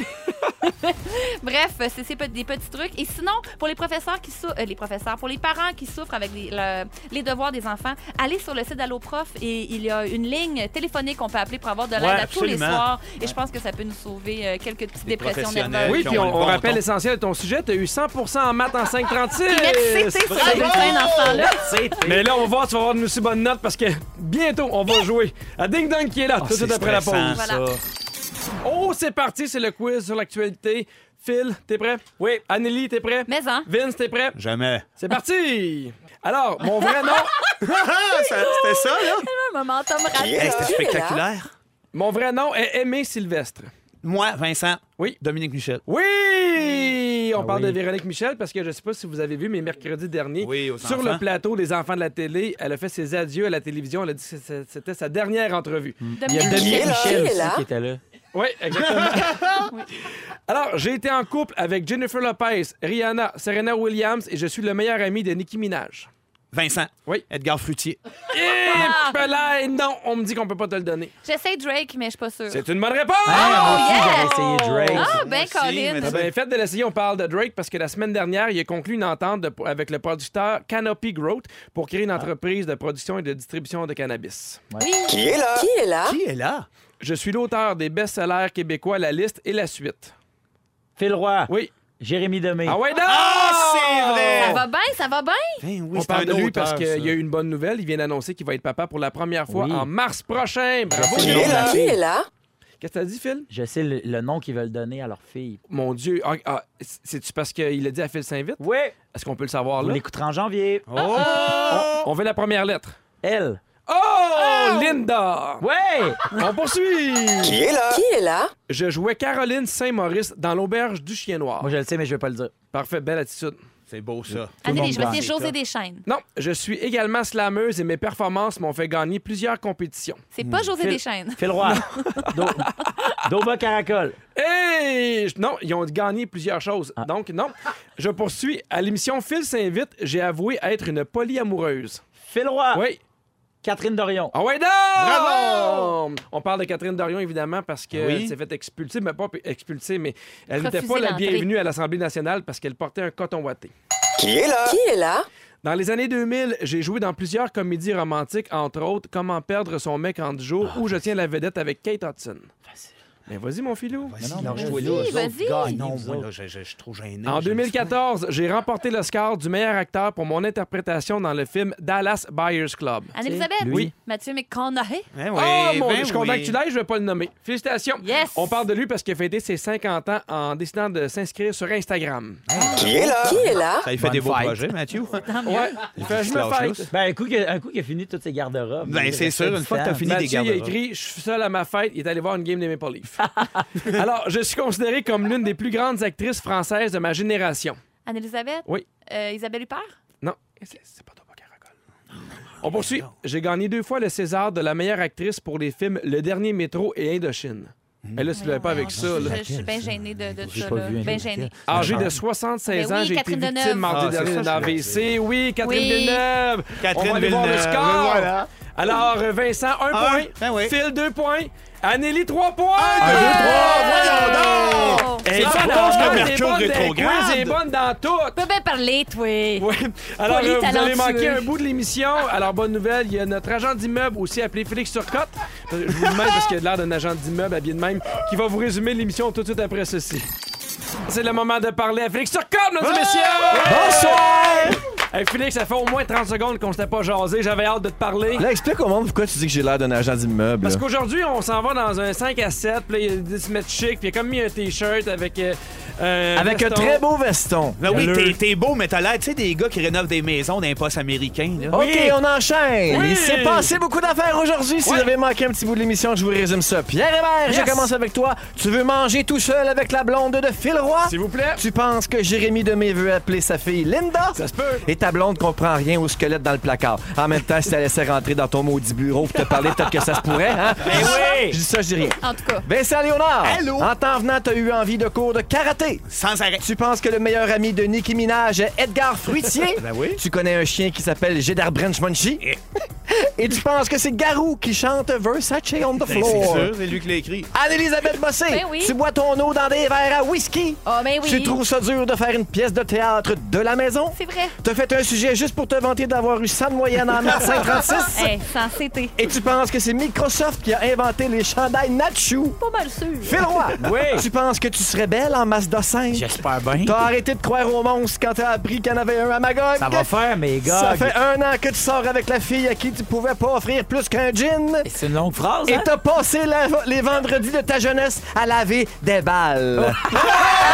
Bref, euh, c'est c'est pe- des petits trucs. Et sinon, pour les professeurs qui souffrent, les professeurs, pour les parents qui souffrent avec les, le- les devoirs des enfants, allez sur le site d'AlloProf et il y a une ligne téléphonique qu'on peut appeler pour avoir de l'aide
Ouais,
à tous les
absolument.
soirs. Et je pense que ça peut nous sauver euh, quelques petites
Des
dépressions
professionnels.
nerveuses.
Oui,
qui
puis
ont
on,
le
on
bon
rappelle
ton.
l'essentiel de ton sujet. Tu as eu 100 en maths en 536.
Puis mettre CT sur le bulletin dans ce temps-là.
C'est
Mais là, on va voir, tu vas avoir une aussi bonne note parce que bientôt, on va jouer à Ding Dong qui est là, tout de
c'est
suite après la
stressant,
pause.
Voilà.
Oh, c'est parti, c'est le quiz sur l'actualité. Phil, t'es prêt? Oui. Anneli, t'es prêt?
Mais en.
Vince, t'es prêt?
Jamais.
C'est parti! Alors, mon vrai nom,
Ah, ça- c'était ça, là?
Un momentum rapide.
Hey, c'était spectaculaire.
mon vrai nom est Aimé Sylvestre.
Moi, Vincent.
Oui.
Dominique Michel.
Oui! On
Ah
parle
oui.
de Véronique Michel parce que je sais pas si vous avez vu, mais mercredi dernier,
Oui, aux
sur
enfants.
le plateau des enfants de la télé, elle a fait ses adieux à la télévision. Elle a dit que c'est- c'était sa dernière entrevue.
Il y a
Dominique
Dominique
Michel.
Michel
Qui est
aussi
là?
qui était là.
Oui, exactement. Alors, j'ai été en couple avec Jennifer Lopez, Rihanna, Serena Williams et je suis le meilleur ami de Nicki Minaj.
Vincent.
Oui.
Edgar Frutier.
Et non, on me dit qu'on peut pas te le donner.
J'essaie Drake, mais je suis pas sûre.
C'est une bonne réponse!
Ah, moi aussi,
Oh, yeah!
j'avais essayé Drake.
Ah,
Moi
ben
aussi,
Colin.
Ah
mais-
ben, faites de l'essayer, on parle de Drake parce que la semaine dernière, il a conclu une entente de- avec le producteur Canopy Growth pour créer une entreprise de production et de distribution de cannabis.
Qui est là?
Qui est là?
Je suis l'auteur des best-sellers québécois La Liste et la suite.
Phil Roy.
Oui.
Jérémy Demé.
Ah ouais, non!
Ça va bien, ça va bien.
Ben oui,
On
c'est
parle
un
de lui
auteur,
parce qu'il
ça.
y a eu une bonne nouvelle. Il vient d'annoncer qu'il va être papa pour la première fois
Oui.
en mars prochain. Bravo!
Qui
Guillaume.
est là?
Qui est là?
Qu'est-ce que t'as dit, Phil?
Je sais le, le nom qu'ils veulent donner à leur fille.
Mon Dieu. Ah, ah, C'est-tu parce qu'il a dit à Phil Saint-Vite?
Oui.
Est-ce qu'on peut le savoir,
On
là?
l'écoutera en janvier.
Oh!
On veut la première lettre.
Elle.
Oh! Linda!
Ouais.
On poursuit!
Qui est là?
Je jouais Caroline Saint-Maurice dans l'auberge du Chien Noir.
Moi, Oh, je le sais, mais je vais pas le dire.
Parfait, belle attitude.
C'est beau, ça.
le
Attendez,
monde
je vais essayer
gagne.
José Deschênes.
Non, je suis également slameuse et mes performances m'ont fait gagner plusieurs compétitions.
C'est pas José
Phil-
Deschênes.
Phil Roy. *laughs* Do- Doba Caracol.
Hey! Je- Non, ils ont gagné plusieurs choses. Donc, non. Je poursuis. À l'émission Phil s'invite, j'ai avoué être une polyamoureuse.
Phil Roy.
Oui.
Catherine Dorion.
Ah ouais, non! Bravo! On parle de Catherine Dorion, évidemment, parce qu'elle
Oui.
s'est fait expulser, mais pas expulser, mais elle
Refusée
n'était pas la
d'entrer.
bienvenue à l'Assemblée nationale parce qu'elle portait un coton ouaté.
Qui est là?
Dans les années 2000, j'ai joué dans plusieurs comédies romantiques, entre autres Comment perdre son mec en 10 jours ou Je tiens la vedette avec Kate Hudson. Mais Ah, vas-y, mon filou.
non,
non,
mais
je vois
vas-y,
là, eux autres
vas-y.
gagnent. Non,
Vous
moi,
autres.
là, je, je- je suis trop gêné.
En
J'aime ça.
2014, j'ai remporté l'Oscar du meilleur acteur pour mon interprétation dans le film Dallas Buyers Club.
Anne-Elisabeth?
Lui. Oui.
Mathieu McConaughey?
Ben oui,
Ah, mon
ben
Dieu, je suis content
oui.
que tu l'aies, je vais pas le nommer. Félicitations.
Yes.
On parle de lui parce qu'il a fêté ses 50 ans en décidant de s'inscrire sur Instagram.
Qui est là?
Ça, il fait
Bonne
des beaux
fête.
projets, Mathieu. hein?
Ouais, il fait, je me
Lâche lousse.
fête.
Ben, un coup, qu'il a- un coup qu'il a fini toutes ses garde-robes.
Ben,
il
c'est
restait
sûr,
du
une fois que t'as
temps.
fini- des
Mathieu il a
garde-robes.
écrit Je suis seul à ma fête, il est allé voir une game des Maple *laughs* Leafs. Alors, je suis considérée comme l'une des plus grandes actrices françaises de ma génération.
Anne-Elisabeth?
Oui.
Euh, Isabelle Huppert?
Non, c'est c'est pas toi, pas Caracol. On poursuit. J'ai gagné deux fois le César de la meilleure actrice pour les films Le Dernier Métro et Indochine. Et là, tu l'avais pas avec ça, là.
Je, je suis bien gênée de, de
J'ai
ça.
pas
là.
vu un
Bien
film.
gênée.
Âgée de 76
Mais
ans,
Ben oui,
j'ai été
Catherine
victime
Deneuve.
mardi
Ah, c'est
dernier
ça,
d'un
je l'ai
AVC. Oui, Catherine
Oui.
Villeneuve.
Catherine
On va aller voir le
Villeneuve.
score.
Voilà.
Alors, euh, Vincent, un
Un.
point.
Ben oui.
Phil, deux points. Anneli, trois points.
Ah, voyons donc!
Et
C'est
bonne,
pas
bonne,
le
elle est
Mercure
bonne, elle est
rétrograde.
quiz, elle est bonne dans tout.
Peux bien parler, toi.
Oui. Alors,
Poli,
euh, vous allez
talentueux.
manquer un bout de l'émission. Alors, bonne nouvelle, il y a notre agent d'immeuble, aussi appelé Félix Turcotte. Euh, Je vous le demande parce qu'il a l'air d'un agent d'immeuble habillé de même, qui va vous résumer l'émission tout de suite après ceci. C'est le moment de parler à Félix Turcotte, mesdames et messieurs!
Bonsoir!
Hey, Félix, ça fait au moins 30 secondes qu'on s'était pas jasé. J'avais hâte de te parler.
Là, explique au monde pourquoi tu dis que j'ai l'air d'un agent d'immeuble.
Parce qu'aujourd'hui, on s'en va dans un 5 à 7, puis là, il a dit de se mettre chic, puis il a comme mis un T-shirt avec... euh, euh,
Avec un
veston.
très beau veston.
Ben oui,
Bleu.
t'es- t'es beau, mais t'as l'air, tu sais, des gars qui rénovent des maisons d'un poste américain. là.
OK, on enchaîne.
Oui.
Il s'est passé beaucoup d'affaires aujourd'hui. Si
Ouais.
vous avez manqué un petit bout de l'émission, je vous résume ça. Pierre Hébert,
Yes.
je commence avec toi. Tu veux manger tout seul avec la blonde de Phil Roy?
S'il vous plaît.
Tu penses que Jérémy Demé veut appeler sa fille Linda?
Ça se peut.
Et ta blonde comprend rien au squelette dans le placard. En même temps, si t'as laissé rentrer dans ton maudit bureau pour te parler, peut-être que ça se pourrait, hein?
Ben
oui!
Je dis ça, je dis rien.
En tout cas.
Vincent Léonard!
Allô?
En t'en venant, t'as eu envie de cours de karaté.
Sans arrêt.
Tu penses que le meilleur ami de Nicki Minaj est Edgar Fruitier?
Ben oui.
Tu connais un chien qui s'appelle Jedar Munchie? Et tu penses que c'est Garou qui chante Versace on the
Ben, c'est
floor?
sûr, c'est lui qui l'a écrit.
Anne-Elisabeth Bossé,
Ben oui.
tu bois ton eau dans des verres à whisky.
Ah, ben oui.
Tu trouves ça dur de faire une pièce de théâtre de la maison?
C'est vrai.
T'as fait un sujet juste pour te vanter d'avoir eu 100 de moyenne en
*laughs*
maths 536?
Hey, sans CT.
Et tu penses que c'est Microsoft qui a inventé les chandails Nachu?
Pas mal sûr.
Phil Roy,
Oui.
tu penses que tu serais belle en Mazda 5?
J'espère bien.
T'as arrêté de croire aux monstres quand t'as appris qu'il y en avait un à Magog?
Ça va faire, mes gars.
Ça fait un an que tu sors avec la fille à qui tu pouvais pas offrir plus qu'un gin.
Et C'est une longue phrase,
Et
hein?
t'as passé la- les vendredis de ta jeunesse à laver des balles.
Oh.
*laughs*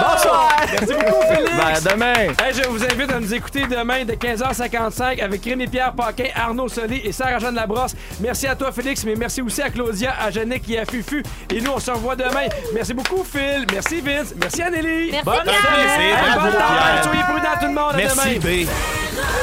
Bonsoir!
Merci beaucoup, Félix.
Ben, demain!
Hey, je vous invite à nous écouter demain de 15h55 avec Rémi-Pierre Paquin, Arnaud Solé et Sarah-Jeanne Labrosse. Merci à toi, Félix, mais merci aussi à Claudia, à Jannick et à Fufu. Et nous, on se revoit demain. Merci beaucoup, Phil. Merci, Vince. Merci, Anneli.
Merci,
Bonne
Pierre.
semaine.
Merci,
Hey,
bravo,
bonne
Pierre.
tempête. Soyez prudents, tout le monde. À demain.
Merci, B.